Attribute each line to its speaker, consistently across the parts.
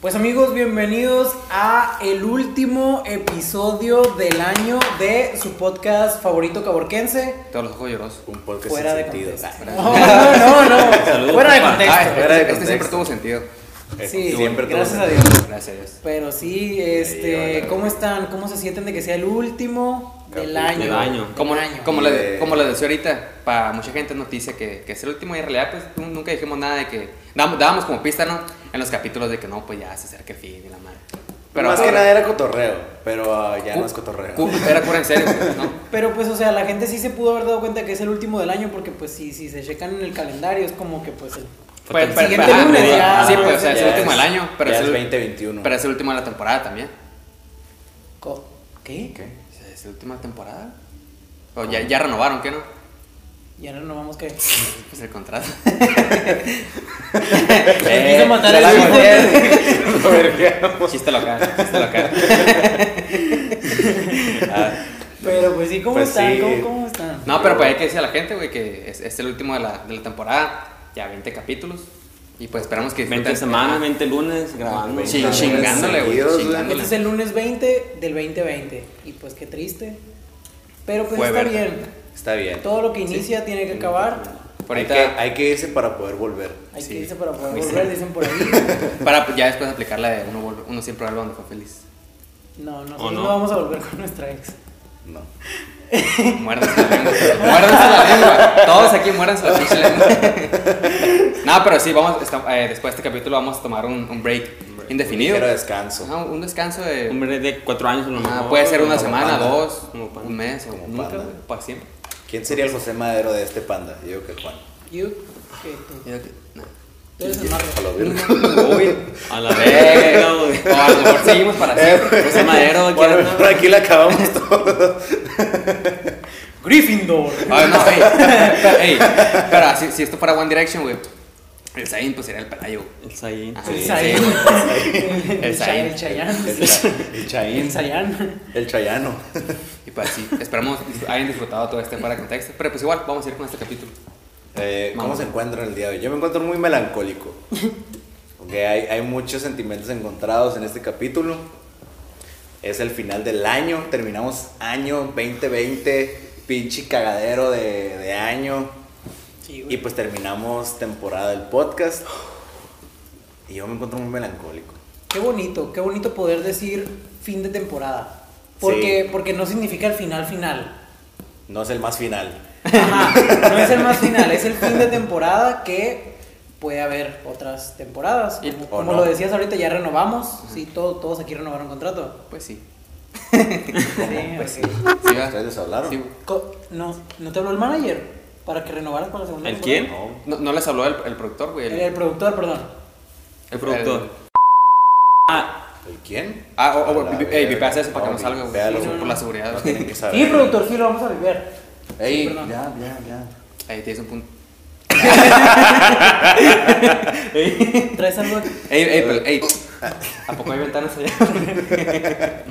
Speaker 1: Pues amigos, bienvenidos a el último episodio del año de su podcast favorito caborquense.
Speaker 2: Todos los ojos llorosos.
Speaker 3: Un podcast
Speaker 1: Fuera
Speaker 3: sin
Speaker 1: de
Speaker 3: sentido. Eh,
Speaker 1: contexto. No, no, no. Fuera de contexto.
Speaker 2: Ah,
Speaker 3: fuera de
Speaker 2: este, este
Speaker 3: contexto.
Speaker 2: siempre tuvo sentido.
Speaker 3: Eh,
Speaker 1: Sí,
Speaker 3: siempre todo
Speaker 1: gracias a
Speaker 3: sentido.
Speaker 1: Dios.
Speaker 2: Gracias a Dios.
Speaker 1: Pero sí,
Speaker 3: Ahí,
Speaker 1: este,
Speaker 3: hola.
Speaker 1: ¿cómo están? ¿Cómo se sienten de que sea el último del
Speaker 3: Capítulo.
Speaker 1: año?
Speaker 4: Del año.
Speaker 2: Como,
Speaker 1: Del año.
Speaker 2: como, le,
Speaker 3: Eh.
Speaker 2: como le decía ahorita, para mucha gente es noticia que, que es el último y en realidad pues nu- nunca dijimos nada de que dábamos, dábamos como pista, ¿no? En los capítulos de que no, pues ya se acerca el fin y la madre.
Speaker 3: Pero más que
Speaker 2: ahora-
Speaker 3: nada era cotorreo, pero ah, ya no es cotorreo.
Speaker 2: cu- Era cura en serio, ¿no?
Speaker 1: Pero pues, o sea, la gente sí se pudo haber dado cuenta que es el último del año porque pues si, si se checan en el calendario es como que pues el...
Speaker 2: Pues,
Speaker 1: el
Speaker 2: pero-
Speaker 1: siguiente
Speaker 2: pero- ah,
Speaker 1: lunes
Speaker 2: pues,
Speaker 1: ya.
Speaker 2: Sí, pues o sea, es
Speaker 3: Ya
Speaker 2: el último del año, pero
Speaker 3: ya
Speaker 2: es
Speaker 3: es
Speaker 2: el
Speaker 3: 2021.
Speaker 2: Pero es el último de la temporada también.
Speaker 1: co- ¿Qué?
Speaker 3: ¿Qué?
Speaker 2: ¿Es la última temporada? O ya, ya renovaron, ¿qué no?
Speaker 1: Y ahora no vamos que...
Speaker 2: Pues el contrato.
Speaker 1: Eh, quiso matar
Speaker 2: ya
Speaker 1: el
Speaker 2: la
Speaker 1: hijo.
Speaker 2: colgué. Chiste local, chiste local. Ah,
Speaker 1: Pero pues sí, ¿cómo
Speaker 3: Pues
Speaker 1: están?
Speaker 3: sí.
Speaker 1: ¿Cómo, cómo están?
Speaker 2: no, pero pues hay que decir a la gente, güey, que es, es el último de la, de la temporada. Ya 20 capítulos. Y pues esperamos que
Speaker 4: 20 semanas, 20 lunes grabando.
Speaker 2: Sí, chingándole, güey.
Speaker 3: Seguidos, güey.
Speaker 2: Chingándole.
Speaker 1: Este es el lunes 20 del 2020 y pues qué triste. Pero pues
Speaker 2: Fue
Speaker 1: está
Speaker 2: verde.
Speaker 1: bien.
Speaker 3: Está bien.
Speaker 1: Todo lo que inicia tiene que acabar.
Speaker 2: Por
Speaker 3: hay,
Speaker 2: ahorita-
Speaker 3: que, hay que irse para poder volver.
Speaker 1: Hay que
Speaker 2: Sí.
Speaker 1: irse para poder
Speaker 2: Muy
Speaker 1: volver,
Speaker 2: cierto.
Speaker 1: dicen por ahí.
Speaker 2: Para pues, ya después aplicar la de uno, vuelve- uno siempre vuelve donde fue feliz.
Speaker 1: No, nosotros no.
Speaker 4: no?
Speaker 1: vamos a volver con nuestra ex.
Speaker 3: No.
Speaker 2: Muérdanse la lengua. Muérdanse la lengua. Todos aquí muérdanse la pinche lengua. no, pero sí, vamos, esta- eh, después de este capítulo vamos a tomar un, un break indefinido.
Speaker 3: Ligero descanso.
Speaker 2: Ajá, un descanso de...
Speaker 4: Hombre de 4 años a lo
Speaker 2: Ah,
Speaker 4: mejor.
Speaker 2: puede ser una
Speaker 3: como
Speaker 2: semana,
Speaker 3: panda.
Speaker 2: dos,
Speaker 4: Como panda.
Speaker 2: un mes, o
Speaker 3: Como
Speaker 2: nunca,
Speaker 3: panda.
Speaker 2: güey, para siempre.
Speaker 3: ¿Quién sería el José Madero de este panda? Yo creo que Juan.
Speaker 1: You, que tú.
Speaker 2: Yo que- no.
Speaker 1: Tú eres el más
Speaker 3: A lo bien.
Speaker 2: Uy,
Speaker 4: A la verga, güey.
Speaker 2: o a lo mejor seguimos para siempre.
Speaker 4: José Madero, ¿qué
Speaker 3: Bueno,
Speaker 4: onda?
Speaker 3: por aquí la acabamos todo.
Speaker 1: Gryffindor.
Speaker 2: Ay, no, ey, ey, pero si, si esto fuera One Direction, güey, el Zayn pues sería el pelayo. güey.
Speaker 4: El Sayin.
Speaker 3: Ah,
Speaker 2: Ajá,
Speaker 1: El
Speaker 2: sí,
Speaker 1: Zayn.
Speaker 2: sí, güey.
Speaker 1: El Chay-
Speaker 2: El Zayn.
Speaker 1: el Chayán.
Speaker 3: El, Cha- el Chaín.
Speaker 1: El Chayán.
Speaker 3: El Chayano.
Speaker 2: Y pues sí, esperamos hayan disfrutado todo este para contexto. Pero pues igual, vamos a ir con este capítulo.
Speaker 3: Eh, ¿Cómo
Speaker 2: Vamos.
Speaker 3: se encuentran el día de hoy? Yo me encuentro muy melancólico. Ok, hay, hay muchos sentimientos encontrados en este capítulo. Es el final del año, terminamos año 2020, pinche cagadero de, de año.
Speaker 1: Sí,
Speaker 3: Y
Speaker 1: güey.
Speaker 3: pues terminamos temporada del podcast. Y yo me encuentro muy melancólico.
Speaker 1: Qué bonito, qué bonito poder decir fin de temporada. Porque,
Speaker 3: Sí.
Speaker 1: porque no significa el final final.
Speaker 3: No es el más final.
Speaker 1: Ajá, no es el más final, es el fin de temporada que puede haber otras temporadas.
Speaker 2: Y-
Speaker 1: Como,
Speaker 3: o
Speaker 1: como
Speaker 3: no.
Speaker 1: lo decías ahorita, ya renovamos. Sí, todo- todos aquí renovaron contrato.
Speaker 2: Pues sí.
Speaker 1: Sí,
Speaker 3: Pues
Speaker 1: ok.
Speaker 2: sí va.
Speaker 3: ¿Ustedes les hablaron?
Speaker 2: Sí, güey.
Speaker 1: Co- no, ¿No te habló el manager para que renovaras para la segunda
Speaker 4: ¿El
Speaker 1: temporada?
Speaker 4: quién?
Speaker 3: No.
Speaker 2: no, no les habló el, el productor, güey. el-
Speaker 1: El, el productor, perdón.
Speaker 4: El productor. Ah,
Speaker 3: ¿El quién?
Speaker 2: Ah, o, o,
Speaker 3: A la
Speaker 2: vi- ey,
Speaker 3: verga.
Speaker 2: vipeas eso para que no
Speaker 3: vi-
Speaker 2: salga, güey.
Speaker 3: véalo,
Speaker 2: Sí,
Speaker 3: güey.
Speaker 2: por la seguridad.
Speaker 3: No tienen que saber.
Speaker 1: Sí, productor, sí, lo vamos a vivir.
Speaker 3: Ey,
Speaker 1: Sí, perdón.
Speaker 3: ya, ya, ya.
Speaker 2: Ahí tienes un punto.
Speaker 1: ¿Traes algo?
Speaker 2: Ey, ey, pero, ey. ¿A poco hay ventanas allá?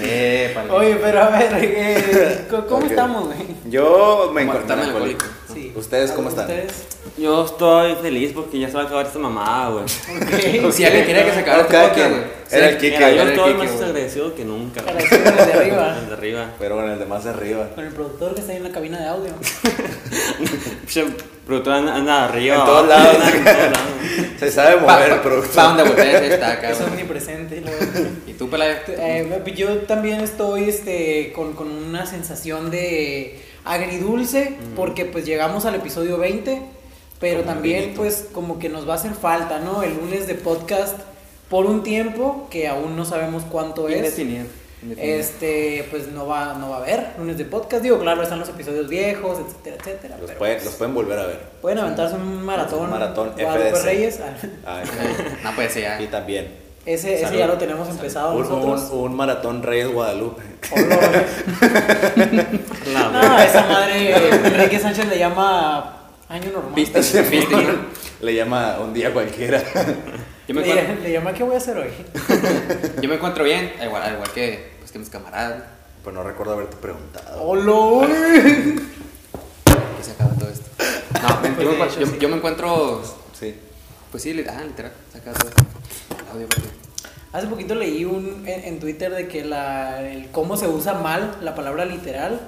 Speaker 2: eh, para.
Speaker 1: Oye, pero a ver, eh, ¿cómo cómo
Speaker 3: Ok.
Speaker 1: estamos, güey?
Speaker 3: Yo me encuentro
Speaker 2: Está
Speaker 3: melancólico.
Speaker 2: melancólico.
Speaker 1: Sí.
Speaker 3: ¿Ustedes cómo están?
Speaker 1: ¿Ustedes?
Speaker 4: yo estoy feliz porque ya se va a acabar esta mamada, güey.
Speaker 1: Ok.
Speaker 2: Si alguien quería que se acabara
Speaker 3: Ok,
Speaker 2: este podcast,
Speaker 3: ¿quién?
Speaker 2: güey.
Speaker 3: Era
Speaker 2: Sí.
Speaker 3: el Kike,
Speaker 4: Mira, yo
Speaker 3: era el
Speaker 4: estoy
Speaker 3: Kike,
Speaker 4: más
Speaker 3: güey.
Speaker 4: agradecido que nunca. güey.
Speaker 1: Agradecido desde arriba.
Speaker 4: Desde arriba.
Speaker 3: Pero bueno, el de más arriba.
Speaker 1: Con el productor que está ahí en la cabina de audio.
Speaker 4: Pinche productor anda, anda arriba.
Speaker 3: En todos
Speaker 4: abajo,
Speaker 3: lados.
Speaker 4: anda en todos lados.
Speaker 3: Se sabe
Speaker 2: Pa-
Speaker 3: mover el
Speaker 2: pa-
Speaker 3: producto.
Speaker 2: pa' donde voltees, está acá,
Speaker 1: Es
Speaker 2: güey.
Speaker 1: omnipresente. la verdad.
Speaker 2: ¿Y tú, Pelaya?
Speaker 1: Eh, pues yo también estoy este, con, con una sensación de agridulce porque pues llegamos al episodio 20, pero
Speaker 3: Mm. Como
Speaker 1: también
Speaker 3: vinito.
Speaker 1: pues como que nos va a hacer falta, ¿no? El lunes de podcast por un tiempo que aún no sabemos cuánto es.
Speaker 2: Indefinido. indefinido.
Speaker 1: Este, pues no va, no va a haber lunes de podcast. Digo, claro, están los episodios viejos, etcétera, etcétera.
Speaker 3: Los,
Speaker 1: pero,
Speaker 3: puede-
Speaker 1: pues,
Speaker 3: los pueden volver a ver.
Speaker 1: pueden aventarse un maratón.
Speaker 3: Un maratón
Speaker 1: Guadalupe
Speaker 3: FDC.
Speaker 1: Reyes. Ah,
Speaker 3: Ah,
Speaker 2: No, pues sí,
Speaker 3: ok.
Speaker 2: ya.
Speaker 3: y también.
Speaker 1: Ese, ese
Speaker 4: Salud.
Speaker 1: ya lo tenemos empezado
Speaker 3: Un,
Speaker 1: Ah, nosotros.
Speaker 3: un- un maratón Reyes Guadalupe.
Speaker 1: Hola.
Speaker 2: Ah,
Speaker 4: La
Speaker 1: No, esa madre Enrique Sánchez le llama año normal.
Speaker 2: Viste, viste. ¿no?
Speaker 3: Le llama un día cualquiera.
Speaker 2: Yo me,
Speaker 1: le,
Speaker 2: encuentro,
Speaker 1: le llama ¿qué voy a hacer hoy?
Speaker 2: yo me encuentro bien, al igual, al igual que, pues, que mis camaradas.
Speaker 3: Pues no recuerdo haberte preguntado.
Speaker 1: ¡Hola!
Speaker 2: Que se acaba todo esto. No,
Speaker 3: Pues
Speaker 2: me- yo, me, encuentro- yo, yo me encuentro.
Speaker 3: Sí.
Speaker 2: Pues sí, li- ah, literal, se acaba todo esto. El audio, porque-
Speaker 1: Hace poquito leí un, en, en Twitter de que la, el cómo se usa mal la palabra literal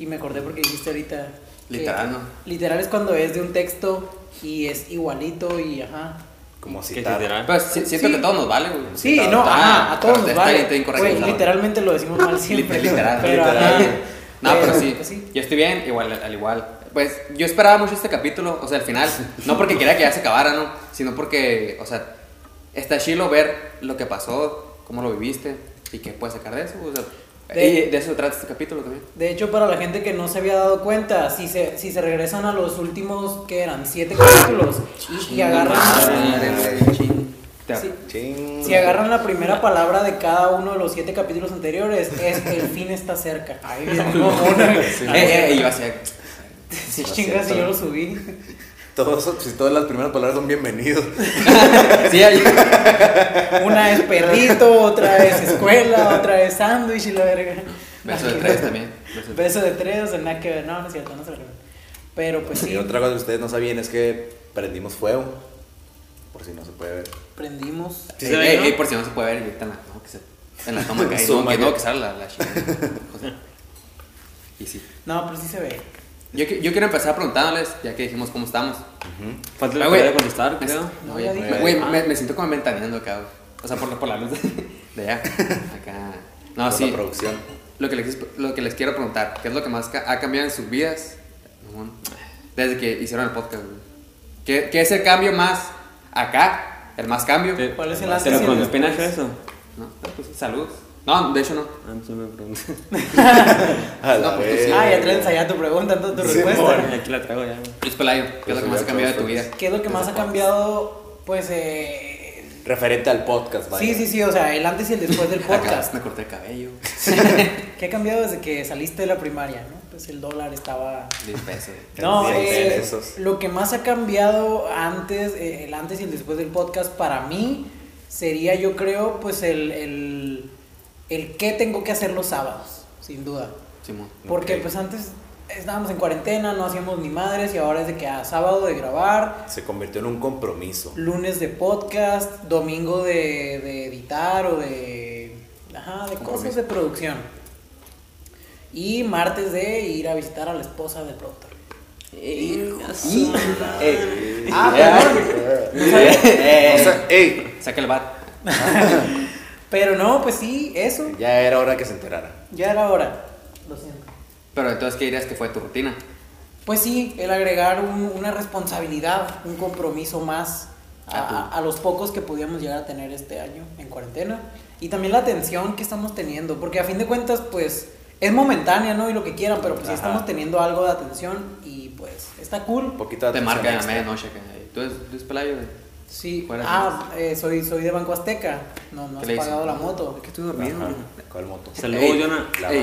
Speaker 1: y me acordé porque dijiste ahorita. que-
Speaker 2: Literal, ¿no?
Speaker 1: Literal es cuando es de un texto y es igualito y ajá.
Speaker 3: Como
Speaker 4: Que
Speaker 3: citar.
Speaker 4: literal.
Speaker 2: Pues si- siento
Speaker 1: Sí.
Speaker 2: que a todos nos vale, güey.
Speaker 1: Sí,
Speaker 2: Está-
Speaker 1: no,
Speaker 2: está-
Speaker 1: ajá, a todos
Speaker 2: Ah, está-
Speaker 1: nos
Speaker 2: está
Speaker 1: vale.
Speaker 2: bien, está incorrecto,
Speaker 1: Güey,
Speaker 2: está mal.
Speaker 1: literalmente lo decimos mal siempre.
Speaker 2: Literal,
Speaker 1: pero,
Speaker 3: literal.
Speaker 1: ajá.
Speaker 2: No, pero sí,
Speaker 1: pues sí.
Speaker 2: yo estoy bien, igual, al igual. Pues yo esperaba mucho este capítulo, o sea, al final, no porque quería que ya se acabara, ¿no? Sino porque, o sea, está chilo ver lo que pasó, cómo lo viviste y qué puedes sacar de eso, o sea,
Speaker 1: De-
Speaker 2: y de eso trata este capítulo también.
Speaker 1: De hecho, para la gente que no se había dado cuenta, si se, si se regresan a los últimos, que eran siete capítulos, y, y agarran,
Speaker 2: Madre, güey, chin. Te-
Speaker 1: Sí.
Speaker 3: Ching.
Speaker 1: si agarran la primera palabra de cada uno de los siete capítulos anteriores, es el fin está cerca. Ay, bien, mamona.
Speaker 2: Eh, eh, y yo hacía,
Speaker 1: Sí, chingas, si yo lo subí.
Speaker 3: Todos, si todas las primeras palabras son bienvenidos.
Speaker 2: sí, ahí-
Speaker 1: Una es perrito, otra es escuela, otra es sándwich y la verga.
Speaker 2: beso de tres también. beso de tres.
Speaker 1: Beso de tres, o sea, nada que ver. No, no es cierto, no se lo creo. Pero pues sí,
Speaker 3: Y otra cosa que ustedes no sabían es que prendimos fuego. Por si no se puede ver.
Speaker 1: prendimos.
Speaker 4: ¿Sí
Speaker 2: Ey,
Speaker 4: se ve,
Speaker 2: ey,
Speaker 4: no?
Speaker 2: ey, eh, por si no se puede ver, ahorita en la, no, que se, en la toma que hay, no,
Speaker 3: Suma
Speaker 2: que, no,
Speaker 3: que-
Speaker 2: que sale la, la chingada, cosa. Y sí.
Speaker 1: No, pero sí se ve.
Speaker 2: Yo, qui- yo quiero empezar preguntándoles, ya que dijimos cómo estamos.
Speaker 4: Falta
Speaker 2: Ah,
Speaker 4: el
Speaker 2: güey.
Speaker 4: poder de contestar,
Speaker 2: Es-
Speaker 4: creo.
Speaker 2: no,
Speaker 1: No,
Speaker 2: ya
Speaker 1: ya
Speaker 2: dije.
Speaker 3: dije.
Speaker 2: Güey,
Speaker 1: Ah.
Speaker 2: me, me siento como ventaneando acá, güey. O sea, por, la- por la luz de, de allá. Acá. No,
Speaker 3: Por
Speaker 2: Ah, sí.
Speaker 3: La producción.
Speaker 2: Lo que, les, lo que les quiero preguntar, ¿qué es lo que más ca- ha cambiado en sus vidas Simón, desde que hicieron el podcast? güey? ¿Qué, ¿Qué es el cambio más acá? ¿El más cambio?
Speaker 4: Te-
Speaker 1: ¿Cuál es el
Speaker 4: ¿Te
Speaker 1: antes y
Speaker 4: lo
Speaker 1: el
Speaker 4: con-
Speaker 1: después?
Speaker 4: apenas eso?
Speaker 2: No, pues, saludos. No, de hecho no.
Speaker 4: Antes me pregunté.
Speaker 3: A la
Speaker 2: No, pues tú
Speaker 3: vez.
Speaker 2: sí.
Speaker 1: Ah, ya traes allá tu pregunta, entonces tu
Speaker 3: Sí,
Speaker 1: respuesta.
Speaker 4: Aquí la traigo ya.
Speaker 2: Luis Pelayo, ¿qué
Speaker 3: Pues
Speaker 2: es lo que más ha cambiado de tu vida?
Speaker 1: ¿Qué es lo que más ha cambiado? Pues, eh,
Speaker 3: Referente al podcast, vaya.
Speaker 1: sí, sí, sí, o sea, el antes y el después del
Speaker 2: Acá,
Speaker 1: podcast.
Speaker 2: me corté el cabello.
Speaker 1: ¿Qué ha cambiado desde que saliste de la primaria, no? Pues el dólar estaba...
Speaker 2: 10 pesos.
Speaker 1: No,
Speaker 3: Sí,
Speaker 1: eh,
Speaker 3: de esos.
Speaker 1: lo que más ha cambiado antes, eh, el antes y el después del podcast para mí sería, yo creo, pues el, el, el qué tengo que hacer los sábados, sin duda.
Speaker 2: Simón.
Speaker 1: Porque
Speaker 3: Ok.
Speaker 1: pues antes estábamos en cuarentena, no hacíamos ni madres y ahora es de que a sábado de grabar,
Speaker 3: Se convirtió en un compromiso.
Speaker 1: lunes de podcast, domingo de, de editar o de, ajá, de cosas de producción. Y martes de ir a visitar a la esposa del productor.
Speaker 2: Y-
Speaker 3: Ey.
Speaker 1: Ah,
Speaker 3: Eh, o sea, ey.
Speaker 2: Saca el bat.
Speaker 1: Pero no, pues sí, eso.
Speaker 3: Ya era hora que se enterara.
Speaker 1: Ya era hora. Lo siento.
Speaker 2: Pero entonces, ¿qué dirías que fue tu rutina?
Speaker 1: Pues sí, el agregar un- una responsabilidad, un compromiso más a,
Speaker 2: A tu-
Speaker 1: a- a los pocos que podíamos llegar a tener este año en cuarentena. Y también la atención que estamos teniendo, porque a fin de cuentas, pues es momentánea, ¿no? Y lo que quieran, pero pues sí
Speaker 3: Ajá.
Speaker 1: estamos teniendo algo de atención y pues está cool.
Speaker 3: Un poquito de
Speaker 2: Te
Speaker 3: atención
Speaker 2: marca en la
Speaker 3: extra.
Speaker 2: medianoche. que- ¿Tú eres Luis Pelayo? güey?
Speaker 1: Sí,
Speaker 2: ¿Cuál es
Speaker 1: ah, eh, soy, soy de Banco Azteca. No, no
Speaker 2: ¿Qué
Speaker 1: has
Speaker 2: le dices?
Speaker 1: pagado la moto.
Speaker 2: que estoy dormido.
Speaker 3: Ajá.
Speaker 2: güey.
Speaker 3: ¿Cuál moto?
Speaker 4: Saludos,
Speaker 2: Ey.
Speaker 4: Jonah.
Speaker 3: La
Speaker 2: Ey.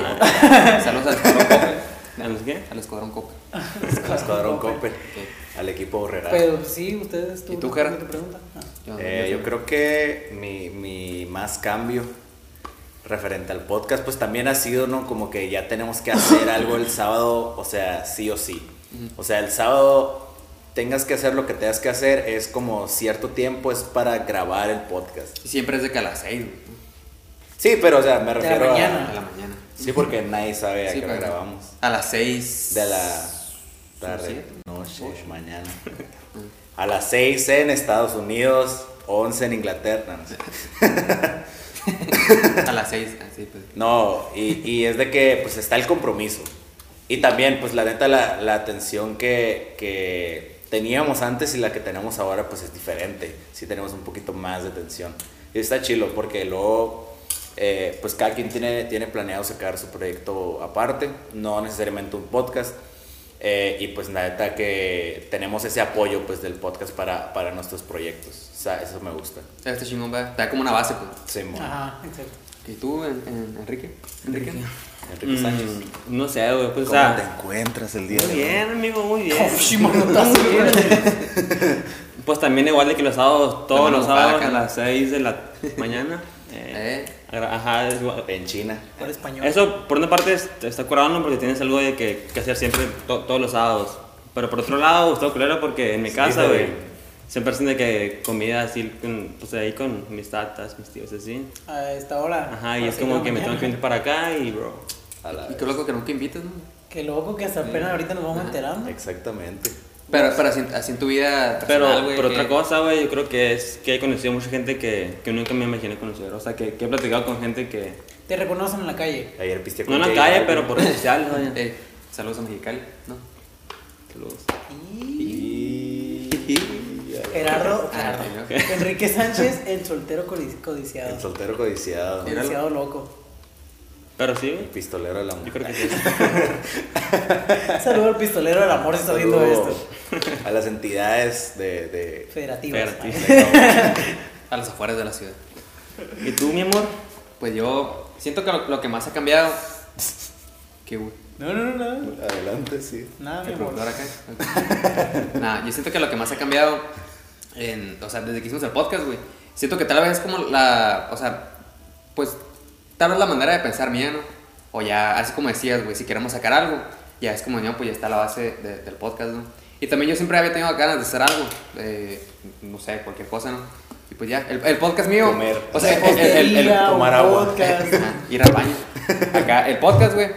Speaker 3: madre.
Speaker 2: Saludos al escuadrón Coppel.
Speaker 4: ¿A los qué?
Speaker 2: Al escuadrón Coppel.
Speaker 3: Al Escuadrón Coppel.
Speaker 2: Sí.
Speaker 3: Al equipo Borrera.
Speaker 1: Pero sí, ustedes tú,
Speaker 2: ¿Y tú, Jera?
Speaker 1: tu pregunta. Ah.
Speaker 3: Eh, yo creo que mi, mi más cambio referente al podcast, pues también ha sido, ¿no? Como que ya tenemos que hacer algo el sábado, o sea, sí o sí. O sea, el sábado tengas que hacer lo que tengas que hacer, es como cierto tiempo, es para grabar el podcast.
Speaker 2: Y Siempre es de que a las 6
Speaker 3: Sí, pero, o sea, me
Speaker 1: la
Speaker 3: refiero
Speaker 1: mañana.
Speaker 3: a...
Speaker 2: de la mañana.
Speaker 3: Sí, porque nadie sabe a
Speaker 2: Sí,
Speaker 3: qué hora
Speaker 2: pero-
Speaker 3: grabamos.
Speaker 2: A las 6.
Speaker 3: De la tarde,
Speaker 2: ¿Siete?
Speaker 3: noche, mañana. A las 6 en Estados Unidos, 11 en Inglaterra. no sé.
Speaker 2: A las 6. Así pues.
Speaker 3: No, y, y es de que pues está el compromiso. Y también, pues la neta, la, la atención que, que teníamos antes y la que tenemos ahora, pues es diferente. Sí tenemos un poquito más de atención. Y está chilo porque luego, eh, pues cada quien tiene, tiene planeado sacar su proyecto aparte, no necesariamente un podcast. Eh, y pues la neta que tenemos ese apoyo pues del podcast para, para nuestros proyectos. O sea, eso me gusta.
Speaker 2: Este chingón, ¿verdad? Te da como una base, pues.
Speaker 3: Simón,
Speaker 1: Ajá, exacto.
Speaker 2: ¿Y tú, en- en- Enrique? Enrique.
Speaker 3: Enrique Sánchez.
Speaker 4: Mm, No sé, güey. Pues, o
Speaker 3: ¿Cómo te
Speaker 4: sea.
Speaker 3: encuentras el día de
Speaker 4: Muy
Speaker 3: hoy?
Speaker 4: bien, amigo, muy bien.
Speaker 1: Sí, manotazo,
Speaker 4: Pues también igual de que los sábados, todos
Speaker 2: mano
Speaker 4: los sábados
Speaker 2: opaca,
Speaker 4: a
Speaker 2: ¿no?
Speaker 4: las 6 de la mañana. eh, agra- Ajá, es igual-
Speaker 3: En China.
Speaker 1: Por español.
Speaker 4: Eso, por una parte, es- está curado, ¿no? Porque tienes algo de que, que hacer siempre to- todos los sábados. Pero por otro lado, está culero porque en mi
Speaker 3: Sí,
Speaker 4: casa,
Speaker 3: está
Speaker 4: güey,
Speaker 3: bien.
Speaker 4: Siempre hacen de que comida así, con- pues ahí con mis tatas, mis tíos, así.
Speaker 1: A esta hora.
Speaker 4: Ajá, y
Speaker 1: a
Speaker 4: es
Speaker 1: las
Speaker 4: como
Speaker 1: seis de
Speaker 4: que
Speaker 1: la
Speaker 4: me tengo
Speaker 1: mañana.
Speaker 4: que venir para acá y, bro.
Speaker 3: A la
Speaker 2: Y
Speaker 3: vez.
Speaker 2: qué loco que nunca invitas, ¿no?
Speaker 1: Qué loco que hasta apenas ahorita nos vamos enterando.
Speaker 3: Exactamente.
Speaker 2: Pero, pero así, así en tu vida
Speaker 4: Pero,
Speaker 2: personal, güey,
Speaker 4: pero
Speaker 2: que-
Speaker 4: otra cosa, güey, yo creo que es que he conocido mucha gente que, que nunca me imaginé conocer. O sea, que, que he platicado con gente que.
Speaker 1: Te reconocen en la calle.
Speaker 3: Ayer piste
Speaker 4: No en la calle, pero por redes sociales, vaya.
Speaker 2: Ey, Eh, saludos a Mexicali, ¿no?
Speaker 4: Saludos.
Speaker 1: Y
Speaker 3: Y...
Speaker 1: Gerardo,
Speaker 2: Ah,
Speaker 1: Gerardo.
Speaker 2: ok.
Speaker 1: Enrique Sánchez, el soltero codi- codiciado.
Speaker 3: El soltero codiciado.
Speaker 1: El codiciado loco.
Speaker 4: Pero sí,
Speaker 3: El
Speaker 4: güey.
Speaker 3: pistolero del amor.
Speaker 4: Yo creo que sí.
Speaker 1: Saludo al pistolero del amor si está viendo
Speaker 3: Saludo
Speaker 1: esto.
Speaker 3: A las entidades de. de-
Speaker 1: Federativos.
Speaker 4: Federativos.
Speaker 2: A las afueras de la ciudad.
Speaker 4: ¿Y tú, mi amor?
Speaker 2: Pues yo siento que lo, lo que más ha cambiado. Qué güey.
Speaker 1: No, no, no, no.
Speaker 3: Adelante, sí.
Speaker 1: Nada, mi
Speaker 2: El
Speaker 1: amor.
Speaker 2: productor acá. Ok. Nah, yo siento que lo que más ha cambiado, en, o sea, desde que hicimos el podcast, güey, siento que tal vez es como la, o sea, pues tal vez la manera de pensar mía, ¿no? O ya, así como decías, güey, si queremos sacar algo, ya es como, no, pues ya está la base de- del podcast, ¿no? Y también yo siempre había tenido ganas de hacer algo, eh, no sé, cualquier cosa, ¿no? Y pues ya, el, el podcast mío.
Speaker 3: Comer.
Speaker 2: O sea, el- el- el- el,
Speaker 1: Hostia,
Speaker 3: tomar
Speaker 1: un
Speaker 3: agua.
Speaker 1: podcast.
Speaker 2: Ajá, ir al baño. Acá, el podcast, güey,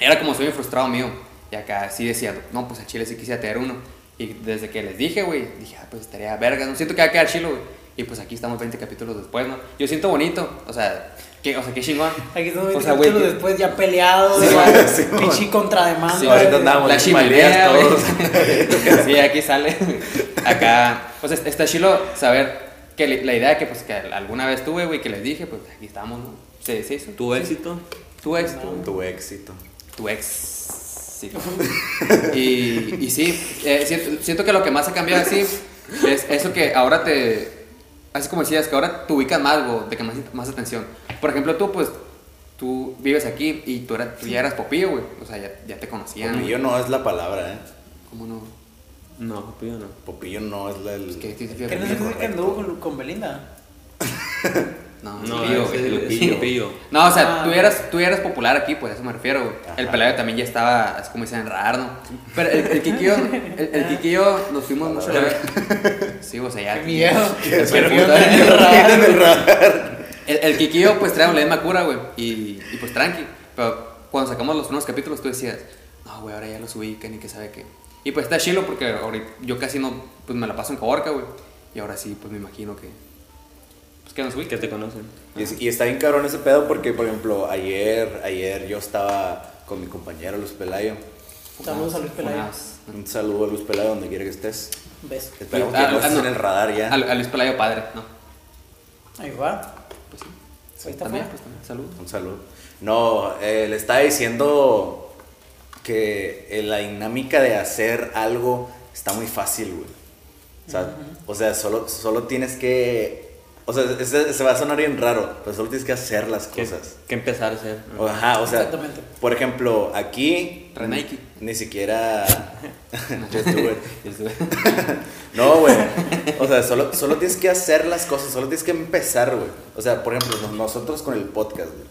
Speaker 2: era como sueño frustrado mío. Y acá sí decía, no, pues a Chile sí quisiera tener uno. Y desde que les dije, güey, dije, ah, pues estaría verga, no siento que va a quedar chilo, güey. Y pues aquí estamos 20 capítulos después, ¿no? Yo siento bonito, o sea, que, o sea, qué chingón.
Speaker 1: Aquí estamos
Speaker 2: O
Speaker 1: viendo
Speaker 2: sea, güey,
Speaker 1: capítulos
Speaker 2: que-
Speaker 1: después ya peleados.
Speaker 2: Sí,
Speaker 1: güey.
Speaker 3: sí,
Speaker 1: Pichi contra demanda.
Speaker 2: Sí,
Speaker 1: güey.
Speaker 3: ahorita andamos.
Speaker 2: la
Speaker 3: bien
Speaker 2: chimenea,
Speaker 3: maleas
Speaker 2: güey.
Speaker 3: todos.
Speaker 2: Sí, aquí sale. Acá, pues es- está chilo saber que le- la idea que, pues, que alguna vez tuve, güey, que les dije, pues aquí estamos, ¿no? Sí, sí, eso.
Speaker 4: ¿Tu éxito?
Speaker 2: Tu ex, tú.
Speaker 3: Tu éxito.
Speaker 2: tu ex. sí. Y, y sí, eh, siento, siento que lo que más ha cambiado así es eso que ahora te. Así como decías, que ahora te ubicas más, güey, de que más, más atención. Por ejemplo, tú, pues, tú vives aquí y tú, eras- tú ya eras popillo, güey. O sea, ya, ya te conocían. güey.
Speaker 3: Popillo no es la palabra, ¿eh?
Speaker 2: ¿Cómo no?
Speaker 4: No, yo no.
Speaker 3: Popillo no es la. el-
Speaker 2: ¿Qué, qué, qué-
Speaker 1: ¿Qué no
Speaker 2: qué-
Speaker 1: es que anduvo con, con Belinda?
Speaker 2: No,
Speaker 4: No,
Speaker 2: Lupillo,
Speaker 4: ese
Speaker 2: güey,
Speaker 4: es
Speaker 2: Lupillo.
Speaker 4: Lupillo.
Speaker 2: No, o sea,
Speaker 1: Ah.
Speaker 2: tú, eras, tú eras popular aquí, pues a eso me refiero, güey. El
Speaker 3: Ajá.
Speaker 2: pelado también ya estaba, así como dicen, raro, ¿no? Pero el, el Kikillo, el,
Speaker 3: Ah.
Speaker 2: el Kikillo nos fuimos mucho a la verga. Sí, o sea, ya.
Speaker 1: Qué miedo.
Speaker 2: El,
Speaker 3: Qué
Speaker 2: perfil,
Speaker 3: miedo.
Speaker 2: ¿eh?
Speaker 3: En el radar.
Speaker 2: el, el Kikillo, pues trae un lema cura, güey. Y, y pues tranqui. Pero cuando sacamos los primeros capítulos, tú decías, no, güey, ahora ya los ubican y que sabe qué. Y pues está chilo porque ahorita yo casi no, pues me la paso en Coborca, güey. Y ahora sí, pues me imagino que. Pues que nos
Speaker 4: Que
Speaker 2: ubican.
Speaker 4: te conocen.
Speaker 3: Y, es- y está bien cabrón ese pedo porque, por ejemplo, ayer, ayer yo estaba con mi compañero Luz Pelayo.
Speaker 1: Saludos a Luis Pelayo.
Speaker 2: Unas-
Speaker 3: Un saludo a Luz Pelayo donde quiera que estés.
Speaker 1: Beso.
Speaker 3: Esperamos
Speaker 2: Ah,
Speaker 3: que no
Speaker 2: ah,
Speaker 3: estés
Speaker 2: no.
Speaker 3: en el radar ya.
Speaker 2: A, a Luis Pelayo padre, ¿no?
Speaker 1: Ahí va.
Speaker 2: Pues sí.
Speaker 1: Ahí está
Speaker 2: también,
Speaker 1: fuera.
Speaker 2: pues también. Saludos.
Speaker 3: Un saludo. No, eh, le estaba diciendo que eh, la dinámica de hacer algo está muy fácil, güey. O sea, o sea, solo, solo tienes que... O sea, es- es- se va a sonar bien raro, pero solo tienes que hacer las
Speaker 4: Que,
Speaker 3: cosas.
Speaker 4: que empezar a hacer.
Speaker 3: O- Ajá, o sea,
Speaker 1: Exactamente.
Speaker 3: por ejemplo, aquí...
Speaker 2: Trae Nike.
Speaker 3: Ni siquiera... Just do it.
Speaker 2: Ya estuve.
Speaker 3: No, güey. O sea, solo, solo tienes que hacer las cosas, solo tienes que empezar, güey. O sea, por ejemplo, no- nosotros con el podcast, güey.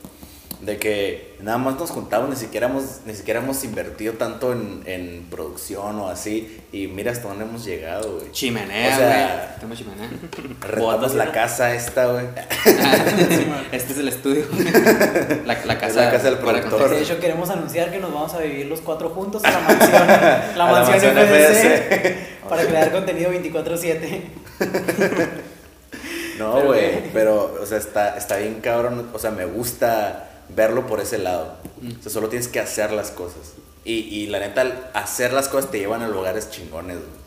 Speaker 3: De que nada más nos juntamos, ni siquiera hemos, ni siquiera hemos invertido tanto en, en producción o así. Y mira hasta dónde hemos llegado, güey.
Speaker 2: Chimenea,
Speaker 3: O
Speaker 2: güey.
Speaker 3: sea-
Speaker 2: Tenemos chimenea.
Speaker 3: Retamos
Speaker 4: Botas,
Speaker 3: la
Speaker 4: ¿no?
Speaker 3: casa esta, güey.
Speaker 2: este es el estudio. la, la casa,
Speaker 3: Es la casa del
Speaker 2: para
Speaker 3: productor.
Speaker 2: contexto.
Speaker 1: De hecho, queremos anunciar que nos vamos a vivir los cuatro juntos a la mansión. La,
Speaker 3: A la
Speaker 1: mansión,
Speaker 3: mansión
Speaker 1: FDC, Para crear contenido 24-7.
Speaker 3: No,
Speaker 1: Pero,
Speaker 3: güey.
Speaker 1: güey.
Speaker 3: Pero, o sea, está, está bien cabrón. O sea, me gusta verlo por ese lado.
Speaker 1: Mm.
Speaker 3: O sea, solo tienes que hacer las cosas. Y, y la neta, hacer las cosas te llevan a lugares chingones, güey.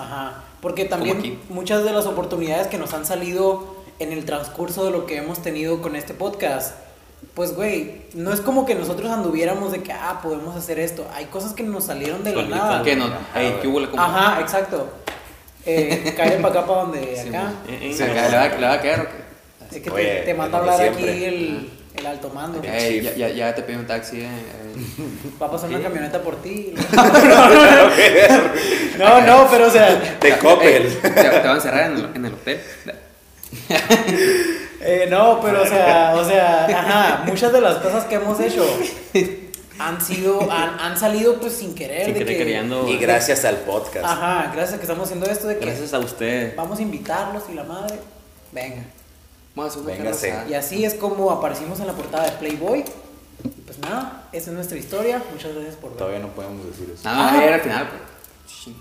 Speaker 1: Ajá. Porque
Speaker 2: aquí.
Speaker 1: también muchas de las oportunidades que nos han salido en el transcurso de lo que hemos tenido con este podcast, pues, güey, no es como que nosotros anduviéramos de que, ah, podemos hacer esto. Hay cosas que nos salieron de la
Speaker 4: Solito,
Speaker 1: nada.
Speaker 2: Que no.
Speaker 3: Ajá,
Speaker 2: Ey,
Speaker 3: güey.
Speaker 2: ¿qué hubo la compa?
Speaker 1: Ajá, exacto. Eh, cae para acá, para donde
Speaker 2: Sí,
Speaker 1: acá.
Speaker 2: güey.
Speaker 4: Eh, eh,
Speaker 2: Sí, acá, ¿Le va, le va a quedar o qué?
Speaker 1: Es que
Speaker 3: Oye,
Speaker 1: te, te manda a
Speaker 3: es lo
Speaker 1: hablar
Speaker 3: de
Speaker 1: aquí
Speaker 3: siempre.
Speaker 1: el, el alto mando.
Speaker 3: Bien
Speaker 2: Ey,
Speaker 3: chief.
Speaker 2: ya, ya, ya te pido un taxi, eh. eh.
Speaker 1: Va a pasar una
Speaker 2: Sí.
Speaker 1: camioneta por ti. No, no, no, pero o sea,
Speaker 3: De Coppel.
Speaker 2: Ey, te, te van a encerrar en el, en el hotel.
Speaker 1: eh, no, pero o sea, o sea, ajá, muchas de las cosas que hemos hecho han sido, han, han salido pues sin querer.
Speaker 4: Sin
Speaker 1: de
Speaker 4: querer
Speaker 1: que-
Speaker 4: queriendo.
Speaker 3: Y gracias al podcast.
Speaker 1: Ajá, gracias a que estamos haciendo esto de que
Speaker 4: Gracias a usted.
Speaker 1: vamos a invitarlos y la madre. Venga.
Speaker 2: Vamos a hacer una carne
Speaker 3: Véngase.
Speaker 2: asada.
Speaker 1: Y así es como aparecimos en la portada de Playboy. Y Pues nada, esa es nuestra historia. Muchas gracias por ver.
Speaker 3: Todavía no podemos decir eso.
Speaker 2: No, no,
Speaker 1: Ah.
Speaker 2: era al final. pues. Ching.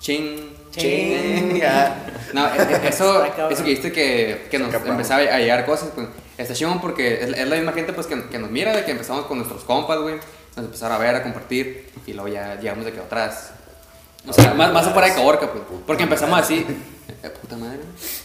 Speaker 2: Ching.
Speaker 1: Ching.
Speaker 3: Chinga.
Speaker 2: No, e- e- eso,
Speaker 1: Está cabrón.
Speaker 2: eso que dijiste que, que nos
Speaker 3: Cabrón.
Speaker 2: empezaba a llegar cosas, pues está chingón porque es, es la misma gente pues que, que nos mira, de que empezamos con nuestros compas, güey. Nos empezaron a ver, a compartir y luego ya llegamos de que atrás. O sea, más, más afuera de Caborca, pues. Porque empezamos así. eh, Puta madre.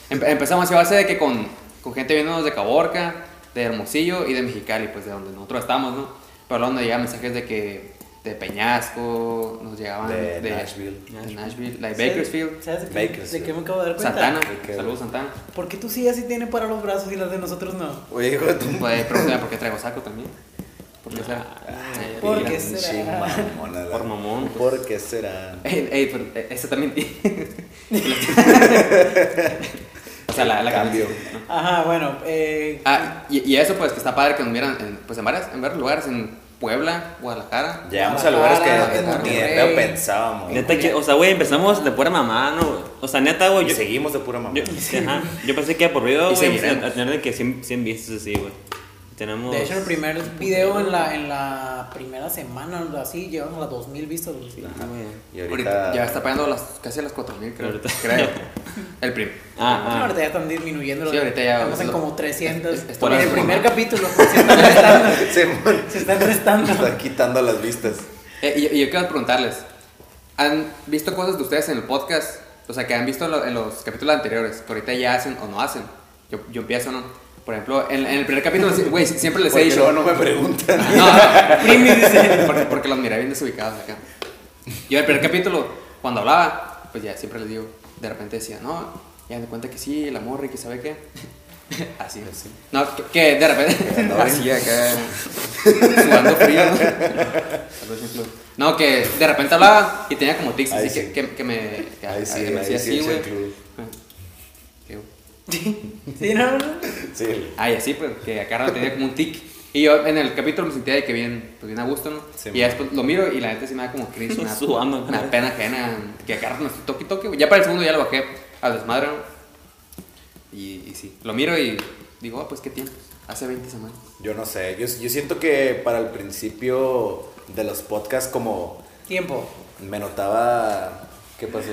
Speaker 2: Empe- empezamos así a base de que con, con gente viéndonos de Caborca, de Hermosillo y de Mexicali, pues de donde nosotros estamos, ¿no? Pero luego nos llegaban mensajes de que de Peñasco, nos llegaban
Speaker 3: De Nashville.
Speaker 2: de Nashville, like
Speaker 1: ¿Sabes-
Speaker 2: Bakersfield.
Speaker 1: ¿Sabes de qué,
Speaker 3: Bakersfield.
Speaker 1: de qué me acabo de dar cuenta?
Speaker 2: Santana,
Speaker 3: ¿De qué?
Speaker 2: saludos Santana.
Speaker 1: ¿Por qué tú sí así tiene para los brazos y las de nosotros no?
Speaker 3: Oye, hijo de tu
Speaker 2: Pues Puede preguntarme por qué traigo saco también. ¿Por qué será?
Speaker 3: Ay,
Speaker 1: ¿Por
Speaker 2: Ey,
Speaker 1: qué
Speaker 3: pinche
Speaker 1: será?
Speaker 3: mamona, la-
Speaker 4: Por mamón, pues.
Speaker 3: ¿Por qué será?
Speaker 2: ey, pero eh, ese también. o sea, la, la
Speaker 3: Cambio.
Speaker 2: camisa.
Speaker 1: Ajá, bueno. Eh,
Speaker 2: Ah, y, y eso pues que está padre que nos miran en, pues, en, varias, en varios lugares, en Puebla, Guadalajara.
Speaker 3: Llegamos a lugares que
Speaker 2: en
Speaker 3: ni de
Speaker 2: Monterrey.
Speaker 3: pedo pensábamos.
Speaker 4: Neta que, o sea, güey, empezamos de pura mamá, ¿no? güey? O sea, neta, güey,
Speaker 3: Y
Speaker 4: yo,
Speaker 3: seguimos de pura mamá.
Speaker 4: yo, ajá, yo pensé que por ruido,
Speaker 2: Y
Speaker 4: güey, íbamos
Speaker 2: seguiremos.
Speaker 4: a tener de que 100, 100 vistas así, güey. Tenemos...
Speaker 1: de hecho, el primer video en la, en la primera semana, algo así, llevamos a las 2000 vistas. algo así.
Speaker 4: Ajá, Ah, güey.
Speaker 3: Y
Speaker 2: Ahorita
Speaker 3: ahorita.
Speaker 2: ya está pagando las, casi las 4000, creo.
Speaker 4: Ahorita.
Speaker 2: creo. El primo.
Speaker 1: No,
Speaker 4: Ah,
Speaker 1: ahorita ya están disminuyendo.
Speaker 2: Sí, ahorita ya-
Speaker 1: Estamos en
Speaker 2: lo-
Speaker 1: como 300.
Speaker 2: es- es-
Speaker 1: por el
Speaker 2: es-
Speaker 1: primer capítulo, pues, se están restando.
Speaker 3: Simón,
Speaker 1: Se están restando.
Speaker 3: está quitando las vistas.
Speaker 2: Eh, y, y yo quiero preguntarles, ¿han visto cosas de ustedes en el podcast? O sea, que han visto en lo- en los capítulos anteriores, que ahorita ya hacen o no hacen. Yo, yo empiezo, ¿no? Por ejemplo, en, en el primer capítulo, sí, güey, siempre les he
Speaker 3: Porque
Speaker 2: dicho...
Speaker 3: luego no me preguntan.
Speaker 2: No, no, porque, porque los miré bien desubicados acá. Yo en el primer capítulo, cuando hablaba, pues ya siempre les digo, de repente decía, no, ya me cuenta que sí, la morra y que sabe qué. Así, así. No, que, que de repente.
Speaker 3: no,
Speaker 2: así acá. sudando frío. ¿no? Saludos, Jean-Claude. No, que de repente hablaba y tenía como tics,
Speaker 3: Ahí
Speaker 2: así que,
Speaker 3: sí.
Speaker 2: que, que me. que-
Speaker 3: Ahí sí,
Speaker 2: que me
Speaker 3: ahí
Speaker 2: hacía
Speaker 3: sí,
Speaker 2: así, güey. Ah,
Speaker 3: Jean-Claude.
Speaker 2: Que-
Speaker 1: Sí, no, no.
Speaker 3: Sí.
Speaker 2: Ah, y así, pues, que acá rato tenía como un tic. Y yo en el capítulo me sentía de que bien, pues bien a gusto, ¿no?
Speaker 3: Sí,
Speaker 2: y ya después lo miro y la neta sí me da como cringe, una,
Speaker 4: Sudando,
Speaker 2: una
Speaker 4: ¿no?
Speaker 2: pena ajena. Que acá rato me estoy toque y toque. güey. Ya para el segundo ya lo bajé a desmadre, ¿no? Y, y sí, lo miro y digo, ah, pues qué tiempos. Hace 20 semanas.
Speaker 3: Yo no sé. Yo, yo siento que para el principio de los podcasts, como
Speaker 1: Tiempo.
Speaker 3: me notaba. ¿Qué pasó?